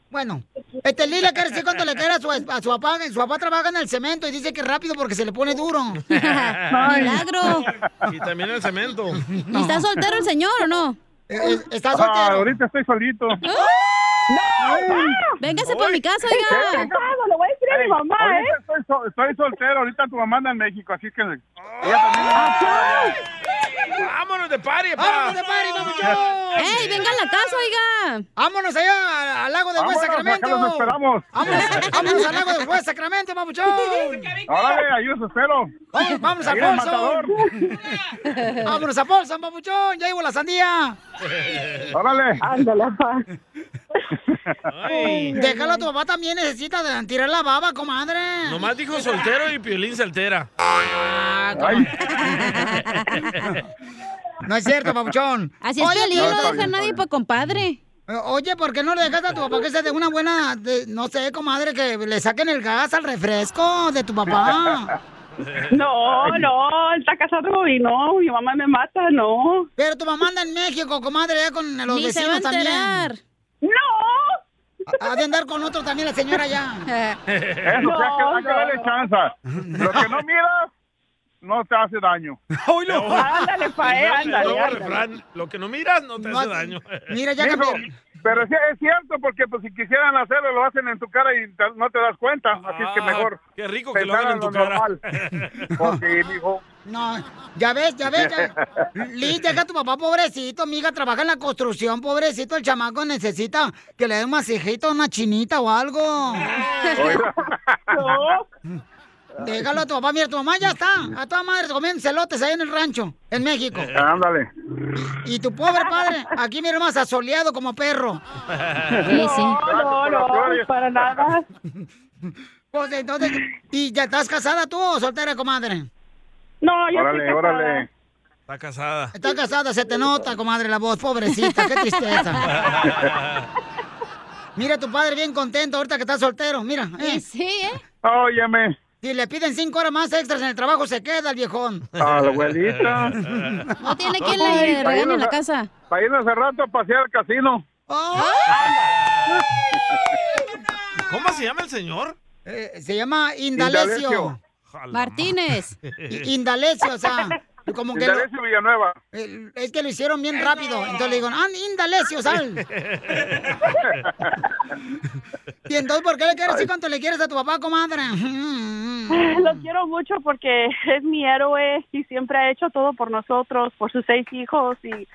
Speaker 1: Bueno, este Lila quiere decir cuánto le quiere a su, a su papá. Su papá trabaja en el cemento y dice que rápido porque se le pone duro.
Speaker 4: Milagro.
Speaker 2: Y también el cemento.
Speaker 4: ¿Y está soltero el señor o no?
Speaker 1: Está
Speaker 8: Ah, ahorita estoy solito.
Speaker 4: Véngase por mi casa, oiga.
Speaker 8: lo voy a decir
Speaker 4: a mi mamá, ¿eh?
Speaker 8: Estoy, sol- estoy soltero, ahorita tu mamá anda en México, así que... Ah,
Speaker 2: ¡Vámonos de party, pa!
Speaker 1: ¡Vámonos de party, papuchón!
Speaker 4: ¡Ey, venga a la casa, oiga!
Speaker 1: ¡Vámonos allá al- al lago de Juez
Speaker 8: Vámonos,
Speaker 1: Sacramento!
Speaker 8: acá ah, los esperamos.
Speaker 1: ¡Vámonos, vámonos al lago de Juez Sacramento, papuchón!
Speaker 8: Órale, ahí os espero.
Speaker 1: Vamos, vamos a
Speaker 8: Ahí en el
Speaker 1: Folsom.
Speaker 8: matador.
Speaker 1: Vámonos a Folsom, papuchón. Ya llevo la sandía.
Speaker 8: Órale.
Speaker 1: Ándale, pa. Déjalo, tu papá también necesita de- tirar la baba, comadre.
Speaker 2: Nomás dijo soltero y Piolín se altera.
Speaker 1: Ah, No es cierto, papuchón.
Speaker 4: Así es, Piolín, no deja a nadie
Speaker 1: por
Speaker 4: compadre.
Speaker 1: Oye, ¿por qué no le dejas a tu papá que se dé una buena, de- no sé, comadre, que le saquen el gas al refresco de tu papá?
Speaker 12: No, Oh, no, él está casado y no, mi mamá me mata, no.
Speaker 1: Pero tu mamá anda en México, comadre, ya con los
Speaker 12: Ni se
Speaker 1: vecinos
Speaker 12: va a enterar.
Speaker 1: también. ¡No! Ha de andar con otro también la señora ya.
Speaker 8: Eso,
Speaker 1: No,
Speaker 8: que hay que- hay que
Speaker 1: no,
Speaker 8: darle
Speaker 1: no.
Speaker 8: chance. Lo que no miras, no te hace daño.
Speaker 2: Ándale,
Speaker 8: pa, eh, ándale,
Speaker 2: Luego
Speaker 8: ándale.
Speaker 2: refrán, lo que no miras no te hace daño.
Speaker 8: Mijo, Pero sí, es cierto, porque pues, si quisieran hacerlo, lo hacen en tu cara y te- no te das cuenta. Así es que
Speaker 2: Ah,
Speaker 8: mejor.
Speaker 2: Qué rico que lo
Speaker 8: pensar
Speaker 2: hagan en tu
Speaker 8: lo
Speaker 2: cara.
Speaker 8: normal. Porque, mijo,
Speaker 1: No, ya ves, ya ves, ya ves. Liz, deja a tu papá pobrecito, amiga, trabaja en la construcción, pobrecito, el chamaco necesita que le den un masajito, una chinita o algo. Déjalo a tu papá, mira, tu mamá ya está, a tu madre comiendo celotes ahí en el rancho, en México.
Speaker 12: Ah.
Speaker 8: Ándale.
Speaker 1: Y tu pobre padre, aquí mira más asoleado como perro.
Speaker 12: No, no, no, para nada.
Speaker 1: Pues entonces, ¿y ya estás casada tú o soltera, comadre?
Speaker 12: No,
Speaker 2: Órale, órale. Está casada.
Speaker 1: Está casada, se te nota, comadre, la voz, pobrecita, qué tristeza. Mira tu padre bien contento ahorita que está soltero, mira. Sí,
Speaker 4: sí, ¿eh?
Speaker 8: Óyeme.
Speaker 1: Si le piden cinco horas más extras en el trabajo, se queda el viejón.
Speaker 8: a la abuelita.
Speaker 4: No
Speaker 8: Ah,
Speaker 4: tiene quien
Speaker 8: Ay,
Speaker 4: le
Speaker 8: para
Speaker 4: regañe en
Speaker 8: irnos
Speaker 4: la
Speaker 8: a-
Speaker 4: casa.
Speaker 8: Para irnos hace rato a pasear al casino.
Speaker 2: ¿Cómo se llama el señor?
Speaker 1: Eh, se llama Indalecio.
Speaker 2: Jala.
Speaker 1: Martínez. I- Indalecio, o sea, como que... lo-
Speaker 8: Indalecio Villanueva.
Speaker 1: el- es que lo hicieron bien rápido. Entonces le digo, ah, Indalecio, ¿sabes? Y entonces, ¿por qué le quieres decir cuánto le quieres a tu papá, comadre? Mm,
Speaker 12: Lo quiero mucho porque es mi héroe y siempre ha hecho todo por nosotros, por sus seis hijos y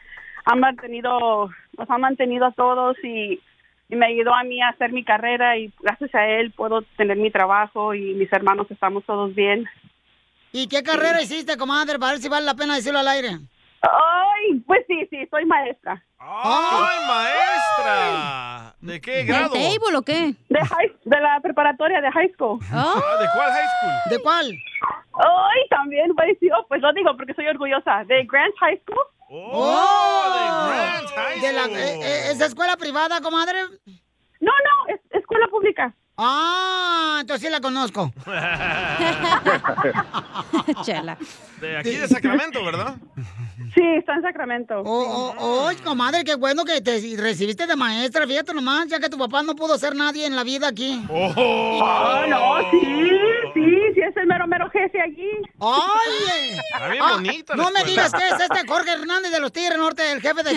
Speaker 12: ha mantenido, nos ha mantenido a todos y, y me ayudó a mí a hacer mi carrera y gracias a él puedo tener mi trabajo y mis hermanos estamos todos bien.
Speaker 1: ¿Y qué carrera hiciste, comadre? Para ver si vale la pena decirlo al aire.
Speaker 12: Ay, pues sí, sí, soy maestra.
Speaker 2: ¡Ay, maestra! ¿De qué grado?
Speaker 12: o qué? De, high- de la preparatoria de high school.
Speaker 2: Ah, ¿De cuál high school?
Speaker 1: ¿De cuál?
Speaker 12: Ay, también parecido, pues lo digo porque soy orgullosa. De Grant High School.
Speaker 1: ¡Oh! De la, eh, eh, ¿Es escuela privada, comadre?
Speaker 12: No, no, es escuela pública.
Speaker 1: Ah, entonces sí la conozco.
Speaker 4: Chela.
Speaker 2: De aquí de Sacramento, ¿verdad?
Speaker 12: Sí, está en Sacramento.
Speaker 1: Oh, oh, oh, comadre, qué bueno que te recibiste de maestra, fíjate nomás, ya que tu papá no pudo ser nadie en la vida aquí.
Speaker 12: Oh, no, sí, sí, sí, es el mero mero jefe allí.
Speaker 1: ¡Ay!
Speaker 12: Está bien
Speaker 1: Ah,
Speaker 12: bonita la
Speaker 1: No me
Speaker 12: escuela.
Speaker 1: digas que es este Jorge Hernández de los Tigres Norte, el
Speaker 4: Oh,
Speaker 1: jefe de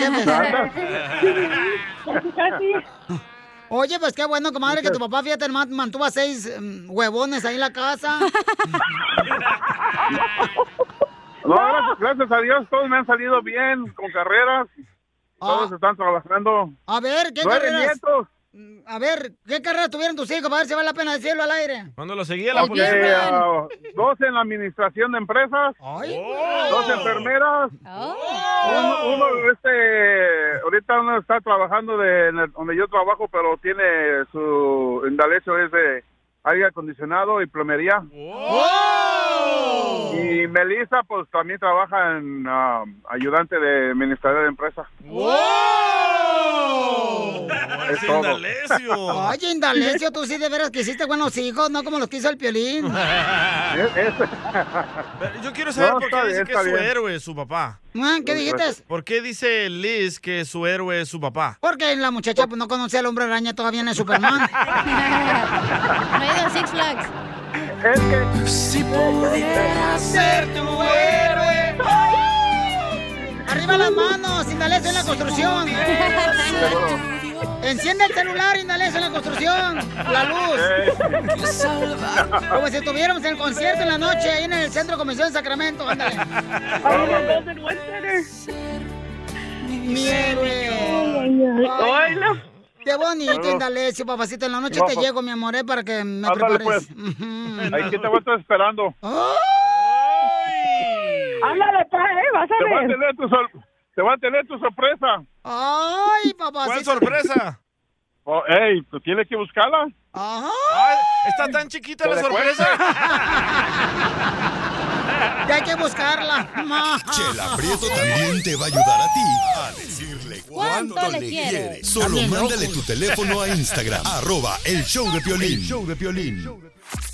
Speaker 1: jefes. Oye, pues qué bueno, comadre, que tu papá, fíjate, nomás mantuvo a seis mm, huevones ahí en la casa.
Speaker 8: gracias a Dios todos me han salido bien, con carreras. Todos están trabajando.
Speaker 1: A ver, ¿qué
Speaker 8: Nueve
Speaker 1: carreras? Mm,
Speaker 8: nietos.
Speaker 1: A ver, ¿qué carreras tuvieron tus hijos? Para ver si vale la pena decirlo al aire.
Speaker 2: Cuando lo seguía la
Speaker 8: Eh,
Speaker 2: policía.
Speaker 8: ah, dos en la administración de empresas,
Speaker 2: Oh.
Speaker 8: dos enfermeras,
Speaker 4: Oh.
Speaker 8: uno, uno, este, ahorita uno está trabajando de, en el- donde yo trabajo, pero tiene su indalecio es de aire acondicionado y plomería.
Speaker 2: Oh.
Speaker 8: Y Melissa, pues también trabaja en ah, ayudante de administrador de empresa.
Speaker 2: Oh.
Speaker 8: Es todo.
Speaker 1: Oye, ¡Oh! Indalecio, tú sí de veras que hiciste buenos hijos, no como los que hizo el Piolín.
Speaker 2: Pero Yo quiero saber
Speaker 1: No,
Speaker 2: por
Speaker 1: está
Speaker 2: qué dice
Speaker 1: bien,
Speaker 2: que
Speaker 1: está
Speaker 2: es su
Speaker 1: bien.
Speaker 2: héroe, su papá.
Speaker 1: Ah, ¿qué dijiste?
Speaker 2: ¿Por qué dice Liz que su héroe es su papá?
Speaker 1: Porque la muchacha pues, no conocía al hombre araña todavía en el Superman.
Speaker 4: No he ido a Six Flags.
Speaker 23: Si pudieras ser tu héroe.
Speaker 1: Arriba las manos, Indalecio en la construcción. Enciende el celular, Indalecio en la construcción. La luz. Como si estuviéramos en el concierto en la noche ahí en el Centro Convención de Sacramento. Ándale. Mi héroe.
Speaker 23: Hola.
Speaker 1: Qué bonito, Indalecio, papacito. En la noche te
Speaker 8: Guapo.
Speaker 1: llego, mi amor, eh, para que me
Speaker 8: Ándale,
Speaker 1: prepares.
Speaker 8: pues. Ahí que te voy a estar esperando.
Speaker 1: Ándale, pues,
Speaker 18: eh,
Speaker 1: vas a
Speaker 8: Te voy a
Speaker 1: ver.
Speaker 8: tener tu, sor- te voy a tener tu sorpresa.
Speaker 1: Ay, papacito.
Speaker 8: ¿Cuál sorpresa? Oh, ey, tú tienes que buscarla.
Speaker 1: Ay,
Speaker 2: está tan chiquita
Speaker 8: ¿Te
Speaker 2: la
Speaker 8: la
Speaker 2: sorpresa.
Speaker 1: Ya hay que buscarla.
Speaker 5: Chela Prieto también te va a ayudar a ti a decirle
Speaker 1: ¿Cuánto
Speaker 5: cuánto
Speaker 1: le
Speaker 5: le
Speaker 1: quieres?
Speaker 5: quieres. Solo
Speaker 1: También, ¿no?
Speaker 5: mándale tu teléfono a Instagram, arroba el show de Piolín.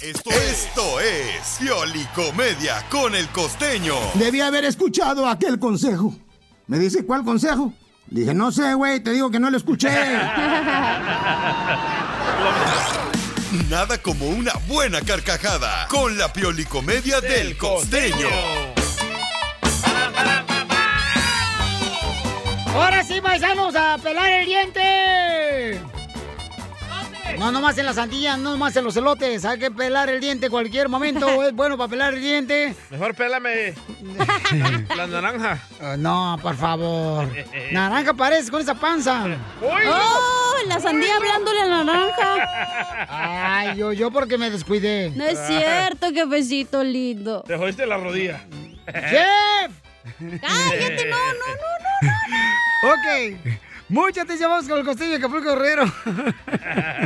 Speaker 5: El Esto, es Piolicomedia con el costeño.
Speaker 15: Debí haber escuchado aquel consejo. Me dice, ¿cuál consejo? Le dije, no sé, güey, te digo que no lo escuché.
Speaker 5: Nada como una buena carcajada con la Piolicomedia del costeño.
Speaker 1: Ahora sí, paisanos, a pelar el diente. No, no más en las sandillas, no más en los elotes. Hay que pelar el diente cualquier momento. Es bueno para pelar el diente.
Speaker 2: Mejor pélame la naranja.
Speaker 1: Ah, no, por favor. Naranja parece con esa panza.
Speaker 4: ¡Oh! La sandía hablándole a la naranja.
Speaker 1: Ay, yo, yo porque me descuidé.
Speaker 4: No es cierto, qué besito lindo.
Speaker 2: Te jodiste la rodilla.
Speaker 1: ¡Jeff!
Speaker 4: ¡Cállate! No, no,
Speaker 1: Ok. Mucha atención, vamos con el costeño de Acapulco Guerrero.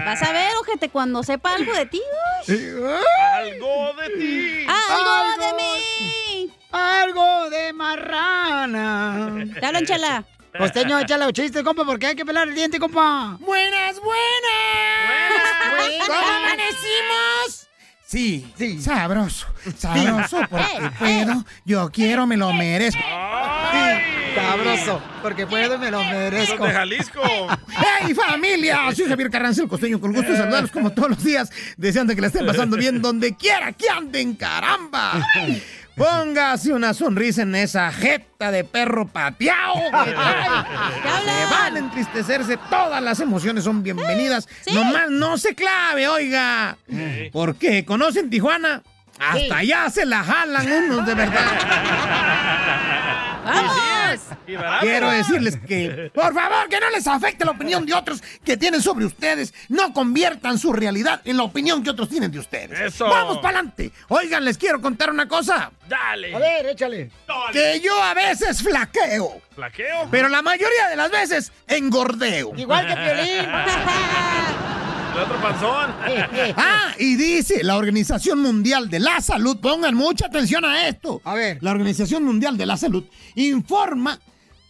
Speaker 4: Vas a ver, ojete, cuando sepa algo de ti.
Speaker 2: Algo de ti.
Speaker 4: Ah, Algo, de mí.
Speaker 1: Algo de marrana.
Speaker 4: Dalo, échala.
Speaker 1: Costeño, échale los chistes, compa, porque hay que pelar el diente, compa.
Speaker 18: Buenas, buenas. ¿Cómo amanecimos?
Speaker 15: Sí, sabroso, sabroso, porque puedo, yo quiero, me lo merezco.
Speaker 1: Sabroso, porque puedo y me lo merezco.
Speaker 15: Los de
Speaker 2: Jalisco.
Speaker 15: ¡Hey, familia! Soy Javier Carranza, el costeño, con gusto de saludarlos como todos los días, deseando que la estén pasando bien donde quiera que anden, caramba. Póngase una sonrisa en esa jeta de perro pateado que trae. Se van a entristecerse, todas las emociones son bienvenidas.
Speaker 23: Eh,
Speaker 15: Nomás no se clave, oiga. Porque conocen Tijuana, hasta
Speaker 23: Sí.
Speaker 15: allá se la jalan unos de verdad.
Speaker 23: ¡Vamos!
Speaker 15: Quiero decirles que, por favor, que no les afecte la opinión de otros que tienen sobre ustedes. No conviertan su realidad en la opinión que otros tienen de ustedes.
Speaker 23: Eso.
Speaker 15: ¡Vamos para adelante! Oigan, les quiero contar una cosa.
Speaker 2: Dale.
Speaker 1: A ver, échale.
Speaker 15: Que yo a veces flaqueo.
Speaker 2: ¿Flaqueo?
Speaker 15: Pero la mayoría de las veces engordeo.
Speaker 2: Igual que Piolín. El otro panzón.
Speaker 15: Ah, y dice la Organización Mundial de la Salud, pongan mucha atención a esto. A ver. La Organización Mundial de la Salud informa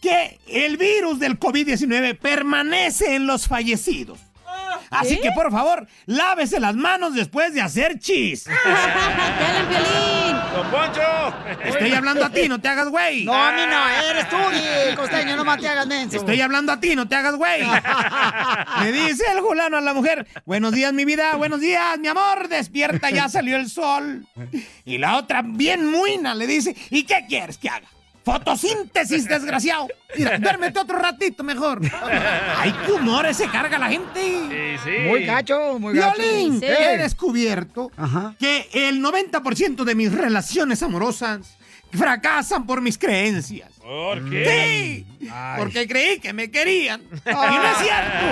Speaker 15: que el virus del COVID-19 permanece en los fallecidos. Así que por favor, lávese las manos después de hacer chis.
Speaker 2: ¡Don Poncho!
Speaker 15: Estoy hablando a ti, no te hagas güey.
Speaker 1: No, a mí no, eres tú, y, costeño, no más te hagas menso.
Speaker 15: Estoy hablando a ti, no te hagas güey. Le dice el fulano a la mujer, buenos días mi vida, buenos días mi amor, despierta, ya salió el sol. Y la otra, bien muina, le dice, ¿y qué quieres que haga? Fotosíntesis, desgraciado. Mira, duérmete otro ratito mejor. Ay, qué humores se carga la gente.
Speaker 2: Sí, sí.
Speaker 15: Muy
Speaker 1: gacho, muy gacho.
Speaker 15: Violín,
Speaker 1: Sí.
Speaker 15: he descubierto que el 90% de mis relaciones amorosas fracasan por mis creencias.
Speaker 2: ¿Por
Speaker 15: qué? Sí, porque creí que me querían. Y no es cierto.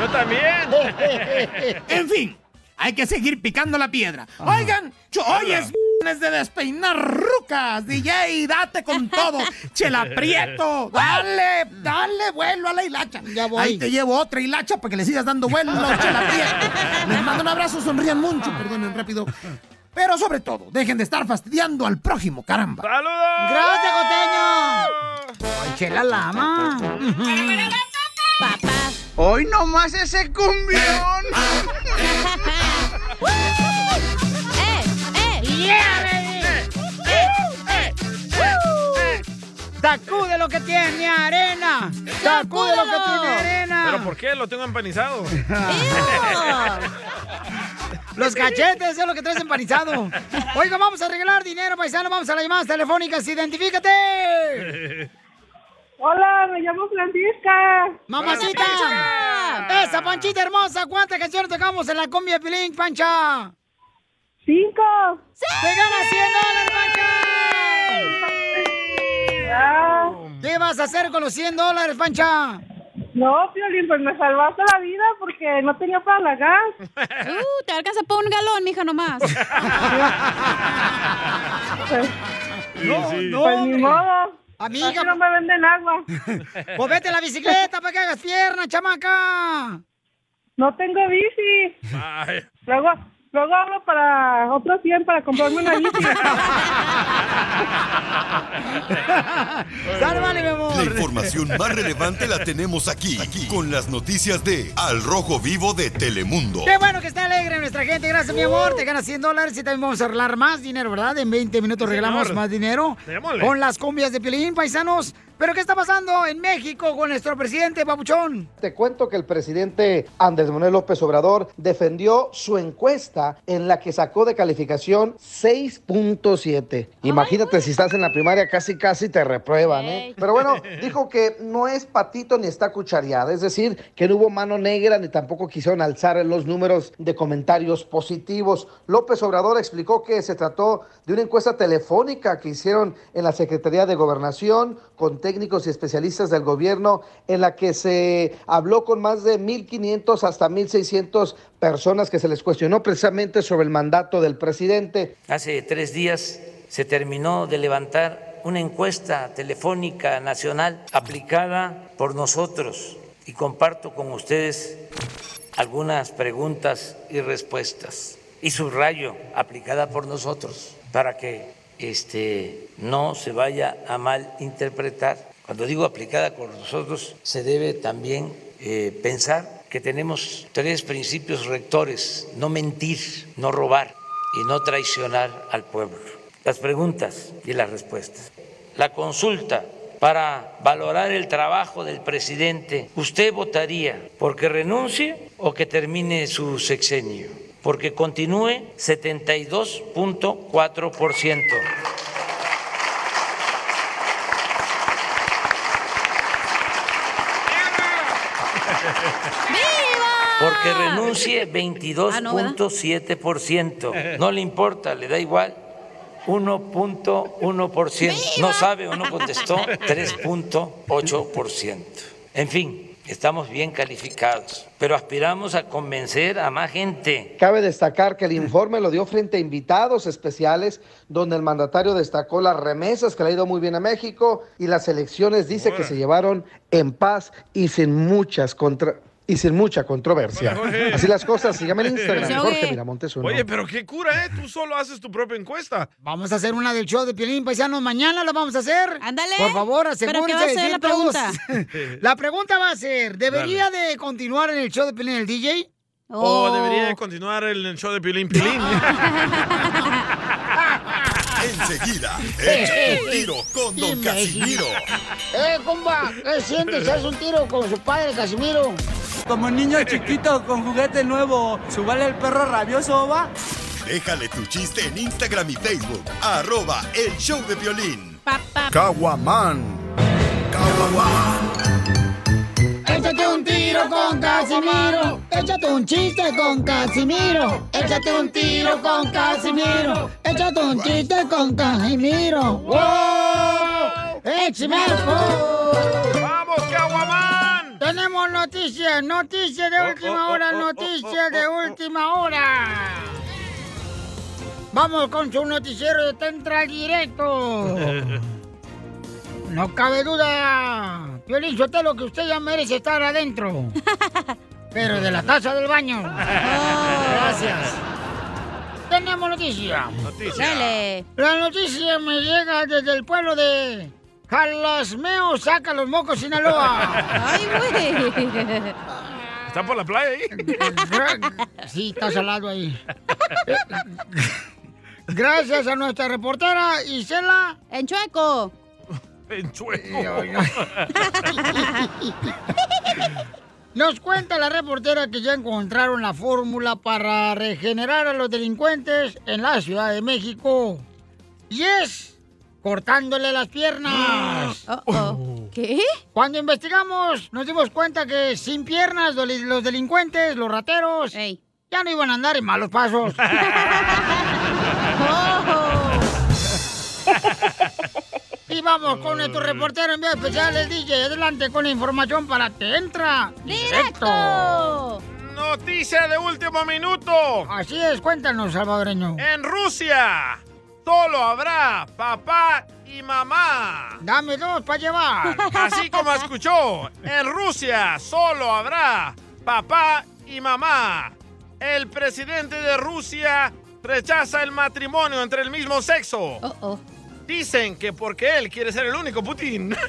Speaker 2: Yo también.
Speaker 15: en fin, hay que seguir picando la piedra. Oigan, yo, hoy es viernes de despeinar rucas. DJ, date con todo. Chela Prieto, dale, dale vuelo a la hilacha. Ahí te llevo otra hilacha para que le sigas dando vuelo, Chela Prieto. Les mando un abrazo, sonrían mucho, perdonen rápido. Pero sobre todo, dejen de estar fastidiando al prójimo, caramba.
Speaker 2: ¡Saludos!
Speaker 1: ¡Gracias, Coteño! ¡Ay, Chela Lama!
Speaker 4: ¡Papá!
Speaker 24: Hoy nomás ese cumbión.
Speaker 4: ¡Eh, eh!
Speaker 1: ¡Yeah, baby! ¡Eh, eh! ¡Eh! ¡Sacude lo que tiene arena! ¡Sacude lo que tiene arena!
Speaker 2: ¿Pero por qué? Lo tengo empanizado.
Speaker 1: Los cachetes es lo que traes empanizado. Oiga, vamos a regalar dinero, paisano. Vamos a las llamadas telefónicas. ¡Identifícate!
Speaker 3: Hola, me llamo Francisca.
Speaker 1: ¡Mamacita! ¡Esa panchita hermosa! ¿Cuántas canciones tocamos en la cumbia de Pilín, pancha?
Speaker 3: ¡Cinco!
Speaker 1: ¡Te ganas 100 dólares, pancha! ¿Qué vas a hacer con los 100 dólares, pancha?
Speaker 3: No, Piolín, pues me salvaste la vida porque no tenía para la gas.
Speaker 4: Uh, te alcanza por un galón, mija, nomás.
Speaker 1: No, no,
Speaker 3: Pues ni
Speaker 1: hombre.
Speaker 3: modo.
Speaker 1: Amiga.
Speaker 3: Así no me venden agua.
Speaker 1: Pues vete a la bicicleta para que hagas pierna, chamaca.
Speaker 3: No tengo bici. Luego, luego hablo para otro 100 para comprarme una bici.
Speaker 1: ¡Sálvale, mi amor!
Speaker 5: La información más relevante la tenemos aquí, aquí, con las noticias de Al Rojo Vivo de Telemundo.
Speaker 1: Qué bueno que está alegre nuestra gente. Gracias, mi amor. Te ganas 100 dólares y también vamos a arreglar más dinero, ¿verdad? En 20 minutos
Speaker 2: Sí,
Speaker 1: regalamos
Speaker 2: señor.
Speaker 1: más dinero
Speaker 2: Démosle.
Speaker 1: con las cumbias de Piolín, paisanos. Pero ¿qué está pasando en México con nuestro presidente, Papuchón?
Speaker 6: Te cuento que el presidente Andrés Manuel López Obrador defendió su encuesta en la que sacó de calificación 6.7. Imagínate si estás en la primaria, casi casi te reprueban, ¿eh? Pero bueno, dijo que no es patito ni está cuchareada, es decir, que no hubo mano negra ni tampoco quisieron alzar los números de comentarios positivos. López Obrador explicó que se trató de una encuesta telefónica que hicieron en la Secretaría de Gobernación con técnicos y especialistas del gobierno en la que se habló con más de 1.500 hasta 1.600 personas que se les cuestionó precisamente sobre el mandato del presidente.
Speaker 14: Hace tres días se terminó de levantar una encuesta telefónica nacional aplicada por nosotros y comparto con ustedes algunas preguntas y respuestas y subrayo aplicada por nosotros para que este no se vaya a mal interpretar. Cuando digo aplicada por nosotros se debe también eh, pensar que tenemos tres principios rectores: no mentir, no robar y no traicionar al pueblo. Las preguntas y las respuestas. La consulta para valorar el trabajo del presidente. ¿Usted votaría porque renuncie o que termine su sexenio? Porque continúe 72.4%. Porque renuncie 22.7%. No le importa, le da igual. 1.1%. No sabe o no contestó. 3.8%. En fin, estamos bien calificados, pero aspiramos a convencer a más gente.
Speaker 6: Cabe destacar que el informe lo dio frente a invitados especiales, donde el mandatario destacó las remesas que le ha ido muy bien a México y las elecciones dice que se llevaron en paz y sin muchas contra y sin mucha controversia.
Speaker 2: Jorge.
Speaker 6: Así las cosas, sígame en Instagram,
Speaker 2: Oye.
Speaker 6: Jorge Miramontes uno.
Speaker 2: Oye, pero qué cura, ¿eh? Tú solo haces tu propia encuesta.
Speaker 1: Vamos a hacer una del show de Piolín, paisanos. Mañana la vamos a hacer. Ándale. Por favor,
Speaker 4: ¿Pero
Speaker 1: asegúrense
Speaker 4: qué va a
Speaker 1: de decir
Speaker 4: ser la
Speaker 1: todos.
Speaker 4: pregunta?
Speaker 1: la pregunta va a ser, ¿debería de continuar en el show de Piolín el DJ? Oh.
Speaker 2: O debería continuar el el show de Pilín Pilín.
Speaker 5: Enseguida,
Speaker 25: Eh,
Speaker 5: échate un tiro con Don
Speaker 1: Dime.
Speaker 5: Casimiro.
Speaker 1: ¡Eh, comba! ¿Qué sientes? ¿Haz un tiro con su padre, Casimiro?
Speaker 25: Como niño chiquito con juguete nuevo, subale el perro rabioso, va.
Speaker 5: Déjale tu chiste en Instagram y Facebook, arroba el show de violín.
Speaker 13: Caguaman.
Speaker 1: Échate un tiro tiro con Casimiro. Échate un chiste con Casimiro. Échate un tiro con Casimiro. Échate un chiste con Casimiro. ¡Wow! ¡Échame alcohol!
Speaker 2: ¡Vamos, Caguamán!
Speaker 1: Tenemos noticias, noticias de última hora, noticias de última hora. Vamos con su noticiero de Tentra Directo. No cabe duda, Piolín Sotelo, que usted ya merece estar adentro. Pero de la taza del baño.
Speaker 18: Gracias.
Speaker 1: Tenemos noticia.
Speaker 18: Noticia. Dale.
Speaker 1: La noticia me llega desde el pueblo de Jalasmeo, saca los mocos, Sinaloa. Ay, güey.
Speaker 2: ¿Está por la playa ahí?
Speaker 1: Sí, está salado ahí. Gracias a nuestra reportera Isela.
Speaker 4: En chueco.
Speaker 1: Nos cuenta la reportera que ya encontraron la fórmula para regenerar a los delincuentes en la Ciudad de México. Y es cortándole las piernas.
Speaker 4: ¿Qué?
Speaker 1: Cuando investigamos, nos dimos cuenta que sin piernas los- los delincuentes, los rateros, ya no iban a andar en malos pasos. Oh. Y vamos con nuestro reportero en vía especial, el DJ. Adelante con la información para Te Entra Directo.
Speaker 2: Noticia de último minuto.
Speaker 1: Así es, cuéntanos, salvadoreño.
Speaker 2: En Rusia solo habrá papá y mamá.
Speaker 1: Dame dos para llevar.
Speaker 2: Así como escuchó, en Rusia solo habrá papá y mamá. El presidente de Rusia rechaza el matrimonio entre el mismo sexo. Dicen que porque él quiere ser el único Putin.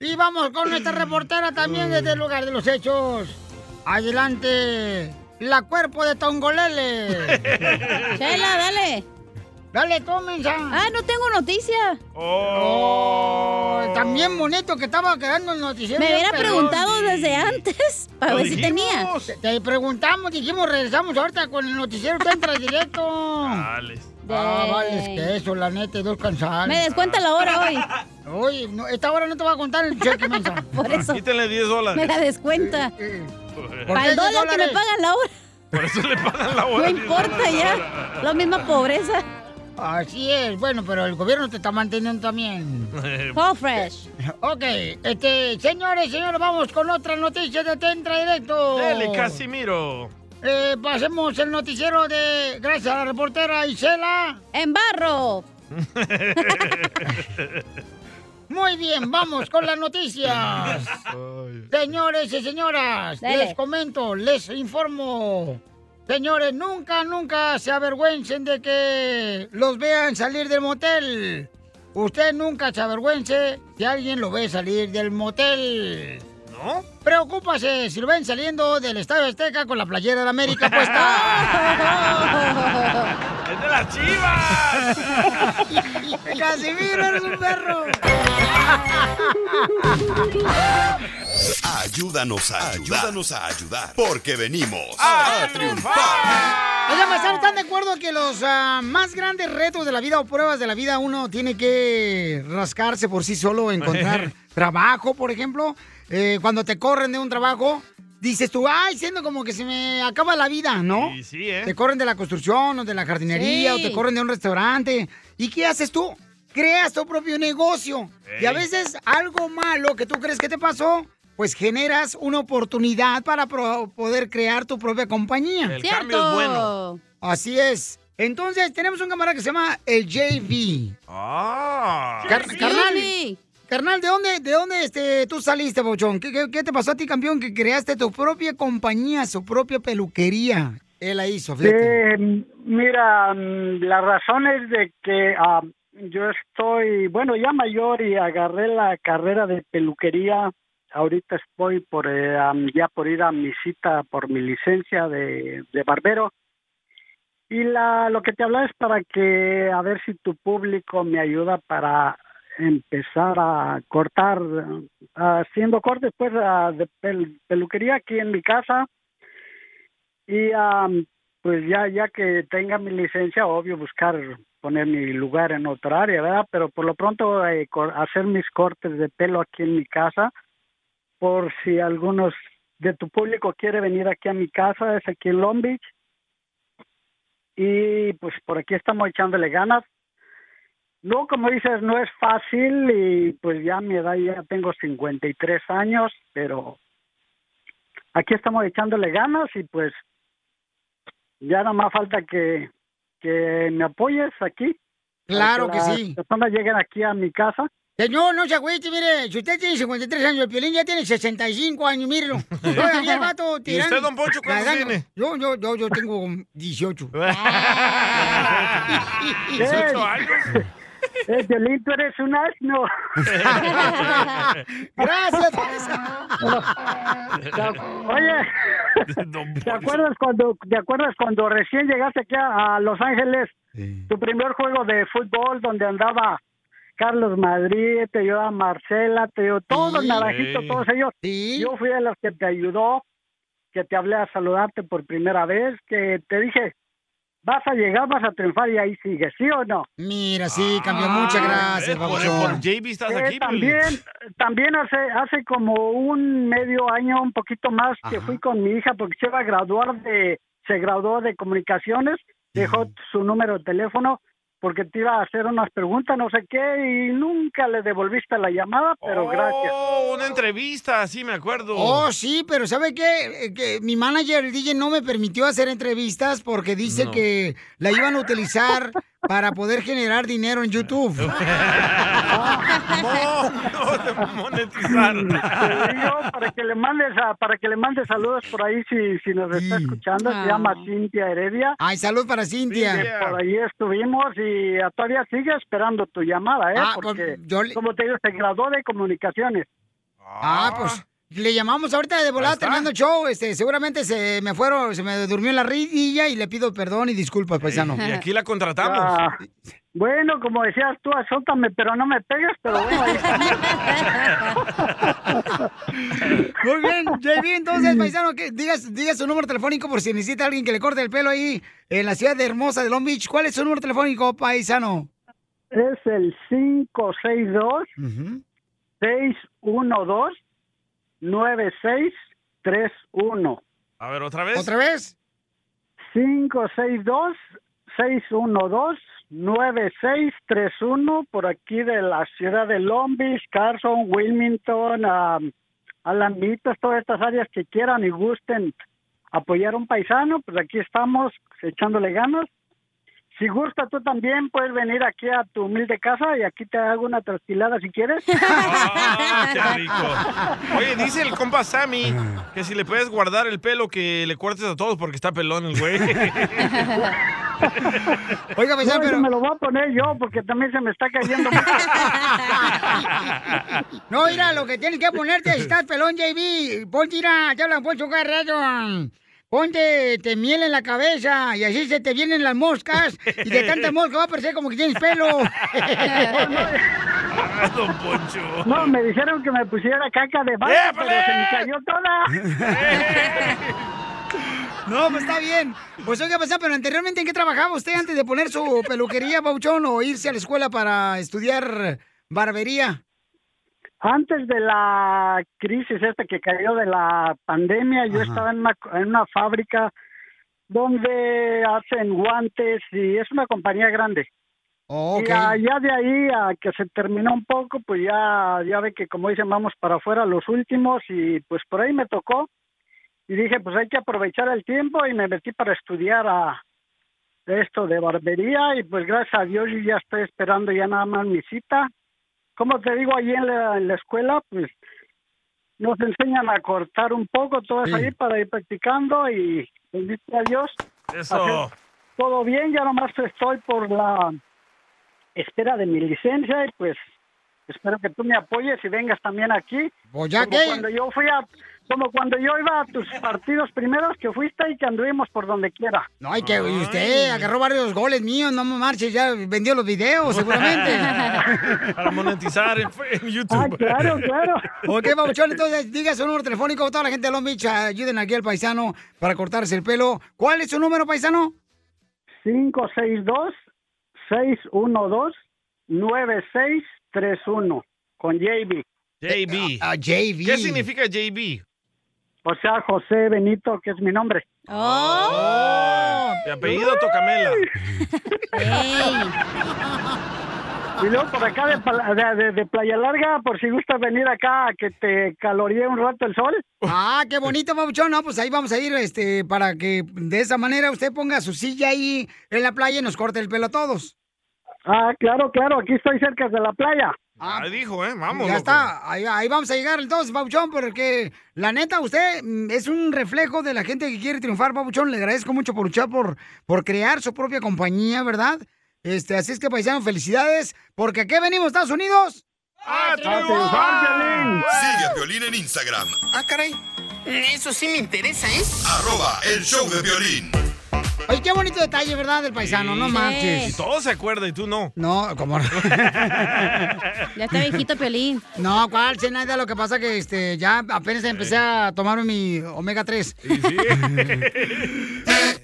Speaker 1: Y vamos con nuestra reportera también desde el lugar de los hechos. Adelante, la cuerpo de Tongolele.
Speaker 4: Chela, dale.
Speaker 1: Dale, comienza.
Speaker 4: Ah, no tengo noticia.
Speaker 1: Oh, también bonito que estaba quedando el noticiero.
Speaker 4: Me
Speaker 1: bien
Speaker 4: hubiera
Speaker 1: pelón.
Speaker 4: preguntado desde antes para
Speaker 1: Lo
Speaker 4: ver si
Speaker 1: dijimos.
Speaker 4: tenía.
Speaker 1: Te, te preguntamos, dijimos, regresamos ahorita con el noticiero, te entra directo. Ah, vale, es que eso, la neta, dos cansados.
Speaker 4: Me descuenta la hora hoy.
Speaker 1: Oye, no, esta hora no te va a contar el cheque, mensa.
Speaker 4: Por eso.
Speaker 2: Quítenle 10 dólares.
Speaker 4: Me la descuenta.
Speaker 2: ¿Por
Speaker 4: Para
Speaker 2: qué
Speaker 4: el dólar que me
Speaker 2: dólares?
Speaker 4: pagan la hora.
Speaker 2: Por eso le pagan la hora.
Speaker 4: No
Speaker 2: 10
Speaker 4: importa
Speaker 2: dólares la
Speaker 4: ya.
Speaker 2: hora.
Speaker 4: La misma pobreza.
Speaker 1: Así es, bueno, pero el gobierno te está manteniendo también.
Speaker 4: Todo fresh.
Speaker 1: Ok, este, señores, señores, vamos con otra noticia de Tentra Directo.
Speaker 2: Dele, Casimiro.
Speaker 1: Eh, pasemos el noticiero de, gracias a la reportera Isela.
Speaker 4: En barro.
Speaker 1: Muy bien, vamos con las noticias. Señores y señoras,
Speaker 18: Dale.
Speaker 1: les comento, les informo. Señores, nunca, nunca se avergüencen de que los vean salir del motel. Usted nunca se avergüence si alguien lo ve salir del motel. ¿No? Preocúpase si lo ven saliendo del Estadio Azteca con la playera de América puesta.
Speaker 2: ¡Es de las chivas!
Speaker 1: ¡Casimiro, eres un perro!
Speaker 5: Ayúdanos a ayudar. Ayúdanos a ayudar. Porque venimos
Speaker 1: a
Speaker 5: triunfar.
Speaker 1: Oigan, Mazaron, ¿están de acuerdo que los ah, más grandes retos de la vida o pruebas de la vida uno tiene que rascarse por sí solo, encontrar trabajo, por ejemplo? Eh, cuando te corren de un trabajo, dices tú, ay, siendo como que se me acaba la vida, ¿no?
Speaker 2: Sí, sí, ¿eh?
Speaker 1: Te corren de la construcción o de la jardinería
Speaker 2: Sí.
Speaker 1: o te corren de un restaurante. ¿Y qué haces tú? Creas tu propio negocio.
Speaker 2: Ey.
Speaker 1: Y a veces algo malo que tú crees que te pasó, pues generas una oportunidad para pro- poder crear tu propia compañía.
Speaker 18: El Cierto. cambio es bueno.
Speaker 1: Así es. Entonces, tenemos un camarada que se llama el JV.
Speaker 2: ¡Ah!
Speaker 1: Car- carnal, carnal, ¿de dónde, de dónde este, tú saliste, Bochón? ¿Qué, qué, qué te pasó a ti, campeón, que creaste tu propia compañía, su propia peluquería? Él la hizo, fíjate.
Speaker 3: Eh, mira, mm, la razón es de que ah, yo estoy, bueno, ya mayor y agarré la carrera de peluquería. Ahorita estoy por eh, am, ya por ir a mi cita por mi licencia de, de barbero. Y la, lo que te hablaba es para que a ver si tu público me ayuda para empezar a cortar, eh, haciendo cortes pues ah, de pel- peluquería aquí en mi casa. Y am, pues ya ya que tenga mi licencia obvio buscar poner mi lugar en otra área, ¿verdad? Pero por lo pronto eh, cor- hacer mis cortes de pelo aquí en mi casa, por si algunos de tu público quiere venir aquí a mi casa, es aquí en Long Beach. Y pues por aquí estamos echándole ganas. No, como dices, no es fácil y pues ya a mi edad ya tengo 53 años, pero aquí estamos echándole ganas y pues ya nada más falta que, que me apoyes aquí.
Speaker 1: Claro que
Speaker 3: para las
Speaker 1: sí.
Speaker 3: personas lleguen aquí a mi casa.
Speaker 1: Señor, no se agüite, mire, si usted tiene 53 años, el Piolín ya tiene 65 años, mírelo. Todavía el vato
Speaker 2: ¿Y
Speaker 1: tirando.
Speaker 2: usted, don Poncho, cuántos
Speaker 1: cagando.
Speaker 2: tiene?
Speaker 1: Yo, yo, yo, yo tengo 18.
Speaker 2: 18 años.
Speaker 3: Eh, Piolín, tú eres un asno.
Speaker 1: Gracias.
Speaker 3: Oye, ¿te acuerdas cuando te acuerdas cuando recién llegaste aquí a, a Los Ángeles? Tu primer juego de fútbol donde andaba Carlos Madrid, te ayudaba Marcela, te ayudó todos,
Speaker 1: Sí.
Speaker 3: Naranjito,
Speaker 1: Sí.
Speaker 3: todos ellos. Yo fui de los que te ayudó, que te hablé a saludarte por primera vez, que te dije, vas a llegar, vas a triunfar y ahí sigues, ¿sí o no?
Speaker 1: Mira, sí, cambió. Muchas gracias,
Speaker 2: Ah, eh, por-
Speaker 1: babuchón.
Speaker 2: por JB estás
Speaker 3: Eh,
Speaker 2: aquí, pues. Piolín.
Speaker 3: también, también hace, hace como un medio año, un poquito más, que fui con mi hija porque se va a graduar de, se graduó de comunicaciones, dejó su número de teléfono porque te iba a hacer unas preguntas, no sé qué, y nunca le devolviste la llamada, pero gracias.
Speaker 2: Oh, una entrevista, sí me acuerdo.
Speaker 1: Oh, sí, pero ¿sabe qué? Eh, que mi manager, el DJ, no me permitió hacer entrevistas porque dice
Speaker 2: No.
Speaker 1: que la iban a utilizar para poder generar dinero en YouTube.
Speaker 3: Te digo, para que le mandes a- para que le mandes saludos por ahí si, si nos está escuchando,
Speaker 1: Ah.
Speaker 3: se llama Cintia Heredia.
Speaker 1: Ay, salud para Cintia.
Speaker 3: que Por ahí estuvimos y todavía sigue esperando tu llamada, ¿eh?
Speaker 1: Ah,
Speaker 3: Porque,
Speaker 1: yo le-
Speaker 3: como te digo, se graduó de comunicaciones.
Speaker 1: Ah, pues le llamamos ahorita de volada terminando el show. Este, seguramente se me fueron, se me durmió en la ridilla y le pido perdón y disculpas, paisano.
Speaker 2: Y aquí la contratamos.
Speaker 3: Ah, bueno, como decías tú, azótame, pero no me pegues, pero bueno, ahí
Speaker 1: Muy bien, JB, entonces, paisano, que digas, digas su número telefónico por si necesita alguien que le corte el pelo ahí en la ciudad de hermosa de Long Beach. ¿Cuál es su número telefónico, paisano?
Speaker 3: es el 562 612 9631.
Speaker 2: A ver, otra vez.
Speaker 1: ¿Otra vez?
Speaker 3: 562 612 9631 por aquí de la ciudad de Long Beach, Carson, Wilmington, um, Alamitos, pues, todas estas áreas que quieran y gusten apoyar a un paisano, pues aquí estamos echándole ganas. Si gusta tú también puedes venir aquí a tu humilde casa y aquí te hago una trasquilada si quieres.
Speaker 2: Ah, qué rico. Oye, dice el compa Sammy que si le puedes guardar el pelo que le cortes a todos porque está pelón el güey.
Speaker 1: Oiga,
Speaker 3: No, yo me lo voy a poner yo porque también se me está cayendo.
Speaker 1: No, mira, lo que tienes que ponerte, si estás pelón, JB, ponte, mira, te hablan Poncho Carrero. Ponte te miel en la cabeza y así se te vienen las moscas y de tantas moscas va a parecer como que tienes pelo.
Speaker 2: Ah, don Poncho.
Speaker 3: No, me dijeron que me pusiera caca de vaca, pero se me cayó toda.
Speaker 1: No, pues está bien. Pues oiga, pasa, pero anteriormente, ¿en qué trabajaba usted antes de poner su peluquería, Bauchón, o irse a la escuela para estudiar barbería?
Speaker 3: Antes de la crisis esta que cayó de la pandemia, yo estaba en una, en una fábrica donde hacen guantes y es una compañía grande.
Speaker 1: Oh, ok.
Speaker 3: Y allá de ahí a que se terminó un poco, pues ya, ya ve que como dicen, vamos para afuera los últimos y pues por ahí me tocó. Y dije, pues hay que aprovechar el tiempo y me metí para estudiar a esto de barbería y pues gracias a Dios yo ya estoy esperando ya nada más mi cita. Como te digo, allí en la, en la escuela, pues nos enseñan a cortar un poco, todo es ahí para ir practicando y bendito a Dios.
Speaker 2: Eso.
Speaker 3: hacer Todo bien, ya nomás estoy por la espera de mi licencia y pues espero que tú me apoyes y vengas también aquí.
Speaker 1: Pues ya
Speaker 3: como
Speaker 1: que-
Speaker 3: cuando yo fui a como cuando yo iba a tus partidos primeros que fuiste y que anduvimos por donde quiera.
Speaker 1: No, hay que y usted agarró varios goles míos, no me marches, ya vendió los videos, seguramente.
Speaker 2: Para monetizar en, en
Speaker 3: Ah,
Speaker 2: YouTube.
Speaker 1: Ok, Babuchón, entonces diga su número telefónico, toda la gente de Long Beach, ayuden aquí al paisano para cortarse el pelo. ¿Cuál es su número, paisano?
Speaker 3: 562 612-9631 con JB.
Speaker 2: JB.
Speaker 3: Ah, JB.
Speaker 2: ¿Qué significa JB?
Speaker 3: O sea, José Benito, que es mi nombre.
Speaker 2: ¡Oh! De apellido Tocamela.
Speaker 3: Y luego por acá de, Pla- de- de- de Playa Larga, por si gustas venir acá a que te caloríe un rato el sol.
Speaker 1: Ah, qué bonito, Pabuchón. No, pues ahí vamos a ir, este, para que de esa manera usted ponga su silla ahí en la playa y nos corte el pelo a todos.
Speaker 3: Ah, claro, claro, aquí estoy cerca de la playa. pues.
Speaker 2: Ah, dijo, ¿eh? Vamos.
Speaker 1: ya
Speaker 2: loco.
Speaker 1: está, ahí, ahí vamos a llegar entonces, Pabuchón, porque la neta, usted mm, es un reflejo de la gente que quiere triunfar, Pabuchón. Le agradezco mucho por luchar por, por crear su propia compañía, ¿verdad? Este, así es que paisano, felicidades, porque aquí venimos, Estados Unidos.
Speaker 2: ¡A
Speaker 5: Sigue a Piolín en Instagram,
Speaker 1: Ah, caray. Mm, Eso sí me interesa, ¿eh?
Speaker 5: arroba el show de Piolín.
Speaker 1: Oye, qué bonito detalle, ¿verdad? Del paisano, no
Speaker 2: Sí.
Speaker 1: marches.
Speaker 2: Y todo se acuerda y tú no.
Speaker 1: No, como no.
Speaker 4: Ya está viejito Piolín.
Speaker 1: No, cuál, si nada, lo que pasa que este, ya apenas empecé a tomar mi omega 3.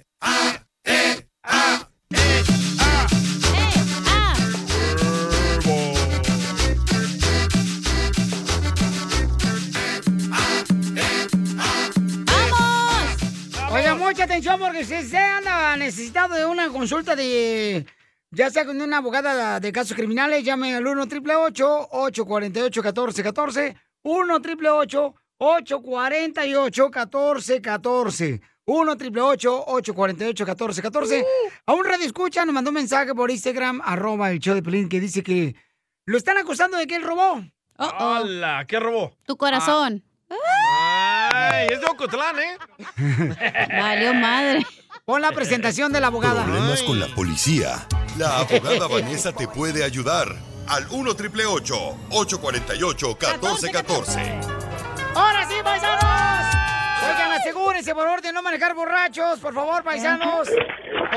Speaker 1: Oiga, mucha atención porque si usted anda necesitado de una consulta de. Ya sea con una abogada de casos criminales, llame al 1 888 848 1414 1 888 848 1414 1 888 848 1414 A un radio escucha, nos mandó un mensaje por Instagram, arroba el show de Pelín, que dice que lo están acusando de que él robó.
Speaker 2: ¡Hala! ¿Qué robó? Ah,
Speaker 1: Tu corazón.
Speaker 2: Ay, es de Ocotlán, ¿eh?
Speaker 1: Valió madre. Pon la presentación de la abogada.
Speaker 5: Problemas con la policía. La abogada Vanessa te puede ayudar al 1 triple 848 1414.
Speaker 1: ¡Ahora sí, paisanos! Oigan, asegúrense por orden no manejar borrachos, por favor, paisanos.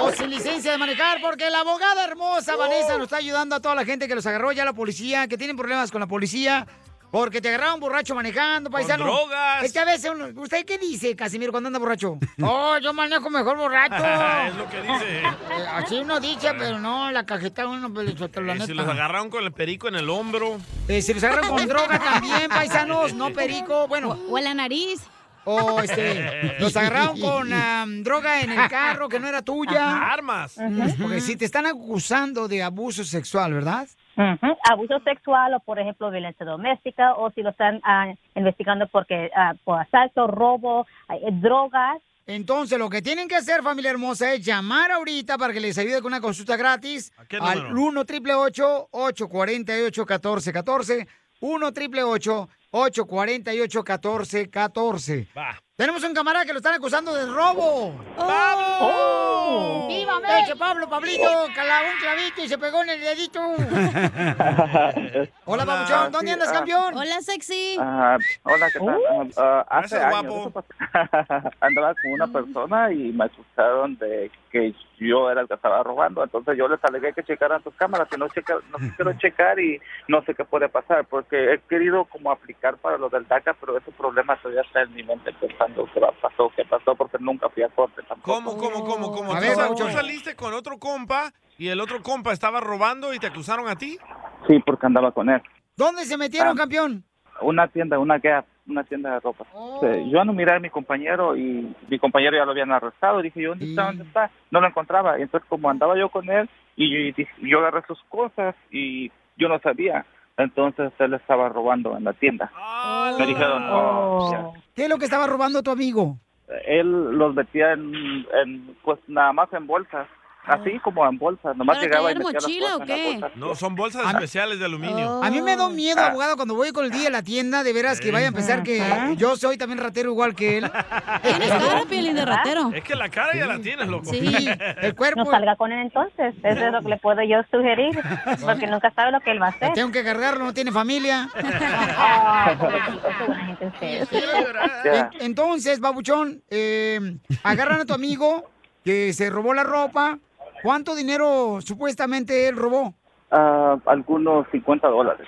Speaker 1: O sin licencia de manejar, porque la abogada hermosa Vanessa nos está ayudando a toda la gente que los agarró ya la policía, que tienen problemas con la policía, porque te agarraron borracho manejando, paisano.
Speaker 2: drogas.
Speaker 1: Es que a veces, uno- ¿usted qué dice, Casimiro, cuando anda borracho? ¡Oh, yo manejo mejor borracho!
Speaker 2: es lo que dice.
Speaker 1: Eh, Así uno dice, pero no, la cajeta uno, pues, pero yo te lo
Speaker 2: Y
Speaker 1: neta.
Speaker 2: Eh, si los agarraron con el perico en el hombro.
Speaker 1: Eh, si los agarran con droga también, paisanos, no perico, bueno. O, la nariz. O este, los agarraron con am, droga en el carro que no era tuya.
Speaker 2: Ajá, armas.
Speaker 1: Mm, Porque si te están acusando de abuso sexual, ¿verdad?
Speaker 16: Ujú, Abuso sexual o, por ejemplo, violencia doméstica o si lo están ah, investigando porque ah, por asalto, robo, ah, eh, drogas.
Speaker 1: Entonces, lo que tienen que hacer, familia hermosa, es llamar ahorita para que les ayude con una consulta gratis
Speaker 16: qué
Speaker 1: al
Speaker 16: número?
Speaker 1: 1 888 848 1414 1 888 848 1414 Tenemos un camarada que lo están acusando de robo. ¡Vamos! ¡Viva México! Pablo, Pablito, calabó un clavito y se pegó en el dedito. Hola, Pabuchón, ¿dónde
Speaker 16: sí,
Speaker 1: andas,
Speaker 16: ah.
Speaker 1: campeón? Uh, Hola, sexy.
Speaker 16: Ah, hola, ¿qué tal? Ah, ah, hace Gracias, años andaba con una persona y me acusaron de que yo era el que estaba robando. Entonces yo les alegué que checaran sus cámaras y no, checa, no quiero checar y no sé qué puede pasar porque he querido como aplicar para lo del DACA, pero ese problema todavía está en mi mente pensando qué va- pasó, qué pasó, porque nunca fui a corte tampoco.
Speaker 2: ¿Cómo, cómo, cómo, cómo?
Speaker 16: A
Speaker 2: ¿Tú,
Speaker 16: ver,
Speaker 2: sal-
Speaker 16: Pabuchón.
Speaker 2: tú saliste con otro compa y el otro compa estaba robando y te acusaron a ti?
Speaker 16: Sí, porque andaba con él.
Speaker 1: ¿Dónde se metieron, campeón?
Speaker 16: Una tienda, una Gap, una tienda de ropa.
Speaker 1: Oh.
Speaker 16: Sí, Yo ando a mirar a mi compañero y mi compañero ya lo habían arrestado. Dije, yo, ¿dónde está? ¿Dónde está? No lo encontraba. Entonces, como andaba yo con él y yo, y dije- yo agarré sus cosas y yo no sabía. Entonces, él estaba robando en la tienda.
Speaker 1: Ah.
Speaker 16: Me dijeron, oh, ya.
Speaker 1: ¿Qué es lo que estaba robando tu amigo?
Speaker 16: Él los metía en, en, pues nada más en bolsas. Así como en bolsas. Nomás
Speaker 1: Ah. ¿Para
Speaker 16: llegaba y
Speaker 1: traer
Speaker 16: metía las
Speaker 1: mochila
Speaker 16: cosas
Speaker 1: o
Speaker 16: en las
Speaker 1: qué?
Speaker 16: bolsas.
Speaker 2: No, son bolsas especiales de aluminio.
Speaker 1: A mí me da un miedo, abogado, cuando voy con el día a la tienda, de veras que vaya a pensar que yo soy también ratero igual que él. Tienes cara, pielín de ratero.
Speaker 2: Es que la cara ya la tienes, loco.
Speaker 1: el cuerpo.
Speaker 16: No salga con él entonces, eso es lo que le puedo yo sugerir, porque nunca sabe lo que él va a hacer.
Speaker 1: Tengo que cargarlo, no tiene familia.
Speaker 16: Ya.
Speaker 1: En- Entonces, babuchón, eh, agarran a tu amigo que se robó la ropa. ¿Cuánto dinero supuestamente él robó?
Speaker 16: Ah, algunos 50 dólares.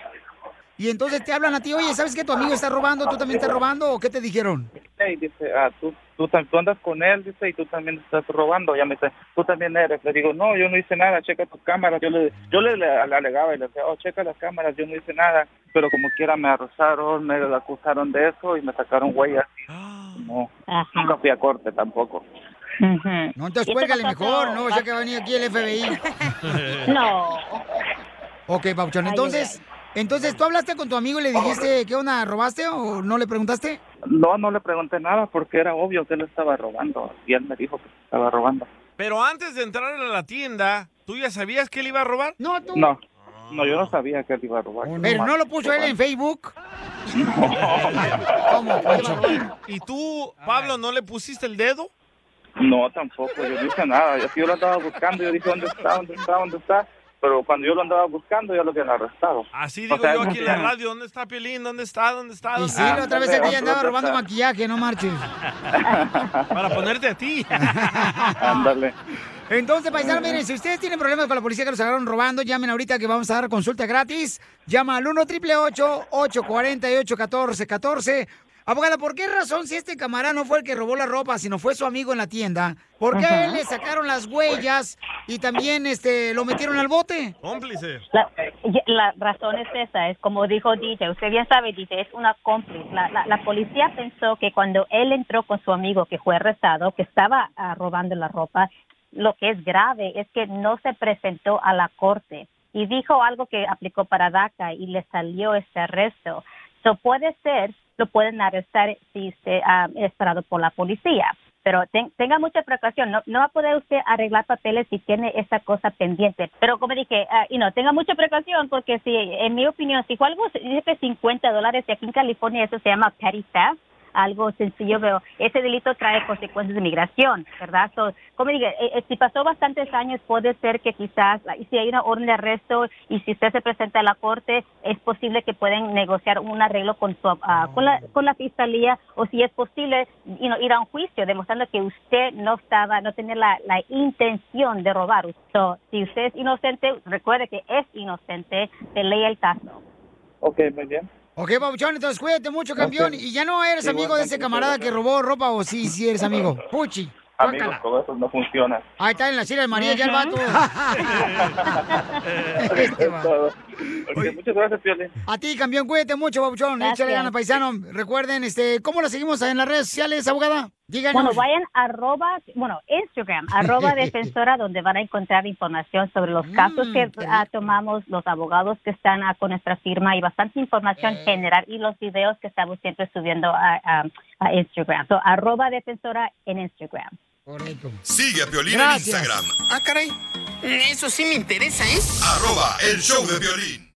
Speaker 1: Y entonces te hablan a ti, oye, ¿sabes que tu amigo está robando? ¿Tú también estás robando? ¿O qué te dijeron?
Speaker 16: Y dice, ah, tú, tú, tam- tú andas con él, dice, y tú también estás robando. Ya me dice, tú también eres. Le digo, no, yo no hice nada, checa tus cámaras. Yo le, yo le, le- le alegaba y le decía, oh, checa las cámaras, yo no hice nada. Pero como quiera me arrasaron, me acusaron de eso y me sacaron huellas. No, nunca fui a corte tampoco.
Speaker 1: No te cuélgale mejor, no, ya que va a venir aquí el FBI.
Speaker 17: No.
Speaker 1: Ok, Pauchón,
Speaker 17: Ay,
Speaker 1: entonces, entonces tú hablaste con tu amigo y le dijiste, ¿qué onda? ¿Robaste o no le preguntaste?
Speaker 16: No, no le pregunté nada porque era obvio que él estaba robando. Y él me dijo que estaba robando.
Speaker 2: Pero antes de entrar a la tienda, ¿tú ya sabías que él iba a robar?
Speaker 1: No, tú.
Speaker 16: No, no, yo no sabía que él iba a robar.
Speaker 1: Pero no lo puso él en Facebook. ¿Cómo, Poncho?
Speaker 2: ¿Y tú, Pablo, no le pusiste el dedo?
Speaker 16: No, tampoco, yo no hice nada. Yo, yo lo andaba buscando, yo dije, ¿dónde está? ¿Dónde está? ¿Dónde está? Pero cuando yo lo andaba buscando, ya lo habían arrestado.
Speaker 2: Así digo yo aquí en la radio, ¿dónde está Piolín? ¿Dónde está? ¿Dónde
Speaker 17: Ah,
Speaker 1: Y
Speaker 2: está? ¿Dónde
Speaker 1: sí,
Speaker 2: está?
Speaker 1: la otra vez ella andaba robando maquillaje, no marches.
Speaker 2: Para ponerte a ti.
Speaker 16: Ándale.
Speaker 1: Entonces, paisano, miren, si ustedes tienen problemas con la policía que los agarraron robando, llamen ahorita que vamos a dar consulta gratis. Llama al 1 848 1414 Abogada, ¿por qué razón si este camarada no fue el que robó la ropa, sino fue su amigo en la tienda? ¿Por qué
Speaker 18: Ajá.
Speaker 1: le sacaron las huellas y también este, lo metieron al bote?
Speaker 2: Cómplice.
Speaker 17: La, y- la razón es esa, es como dijo DJ, usted bien sabe, DJ, es una cómplice. La, la- la policía pensó que cuando él entró con su amigo que fue arrestado, que estaba ah, robando la ropa, lo que es grave es que no se presentó a la corte y dijo algo que aplicó para DACA y le salió este arresto. So puede ser, lo pueden arrestar si usted ah, es parado por la policía. Pero ten- tenga mucha precaución, no, no va a poder usted arreglar papeles si tiene esa cosa pendiente. Pero como dije, ah, y no, tenga mucha precaución porque si, en mi opinión, si fue algo, dice que 50 dólares y aquí en California eso se llama petty theft, algo sencillo, pero ese delito trae consecuencias de migración, ¿verdad? So, como dije, eh, eh, si pasó bastantes años, puede ser que quizás, la- y si hay una orden de arresto y si usted se presenta a la corte, es posible que pueden negociar un arreglo con, su, ah, con, la, con la fiscalía o si es posible you know, ir a un juicio demostrando que usted no estaba, no tenía la, la intención de robar. So, si usted es inocente, recuerde que es inocente, se lee el caso.
Speaker 16: Ok, muy bien.
Speaker 1: Ok, Pabuchón, entonces cuídate mucho, campeón.
Speaker 16: Ok.
Speaker 1: Y ya no eres amigo de ese
Speaker 16: Igualmente,
Speaker 1: camarada que robó ropa o sí, sí eres amigo. Puchi.
Speaker 16: Amigos,
Speaker 1: guácala.
Speaker 16: todo eso no funciona.
Speaker 1: Ahí está en la silla de María ya el
Speaker 16: Ujú.
Speaker 1: vato.
Speaker 16: Es todo. Ok, muchas gracias, Piolín.
Speaker 1: A ti, campeón, cuídate mucho, babuchón.
Speaker 16: Gracias.
Speaker 1: Échale ganas, paisano. Recuerden, este, ¿cómo la seguimos en las redes sociales, abogada? Díganos.
Speaker 17: Bueno, vayan a arroba, bueno, Instagram, arroba defensora, donde van a encontrar información sobre los casos que ah, tomamos, los abogados que están ah, con nuestra firma y bastante información general y los videos que estamos siempre subiendo a, a- a Instagram. So, arroba defensora en Instagram.
Speaker 5: Sigue a Piolín
Speaker 17: Gracias.
Speaker 5: en Instagram,
Speaker 10: Ah, caray. Eso sí me interesa, ¿eh?
Speaker 5: arroba el show de Piolín.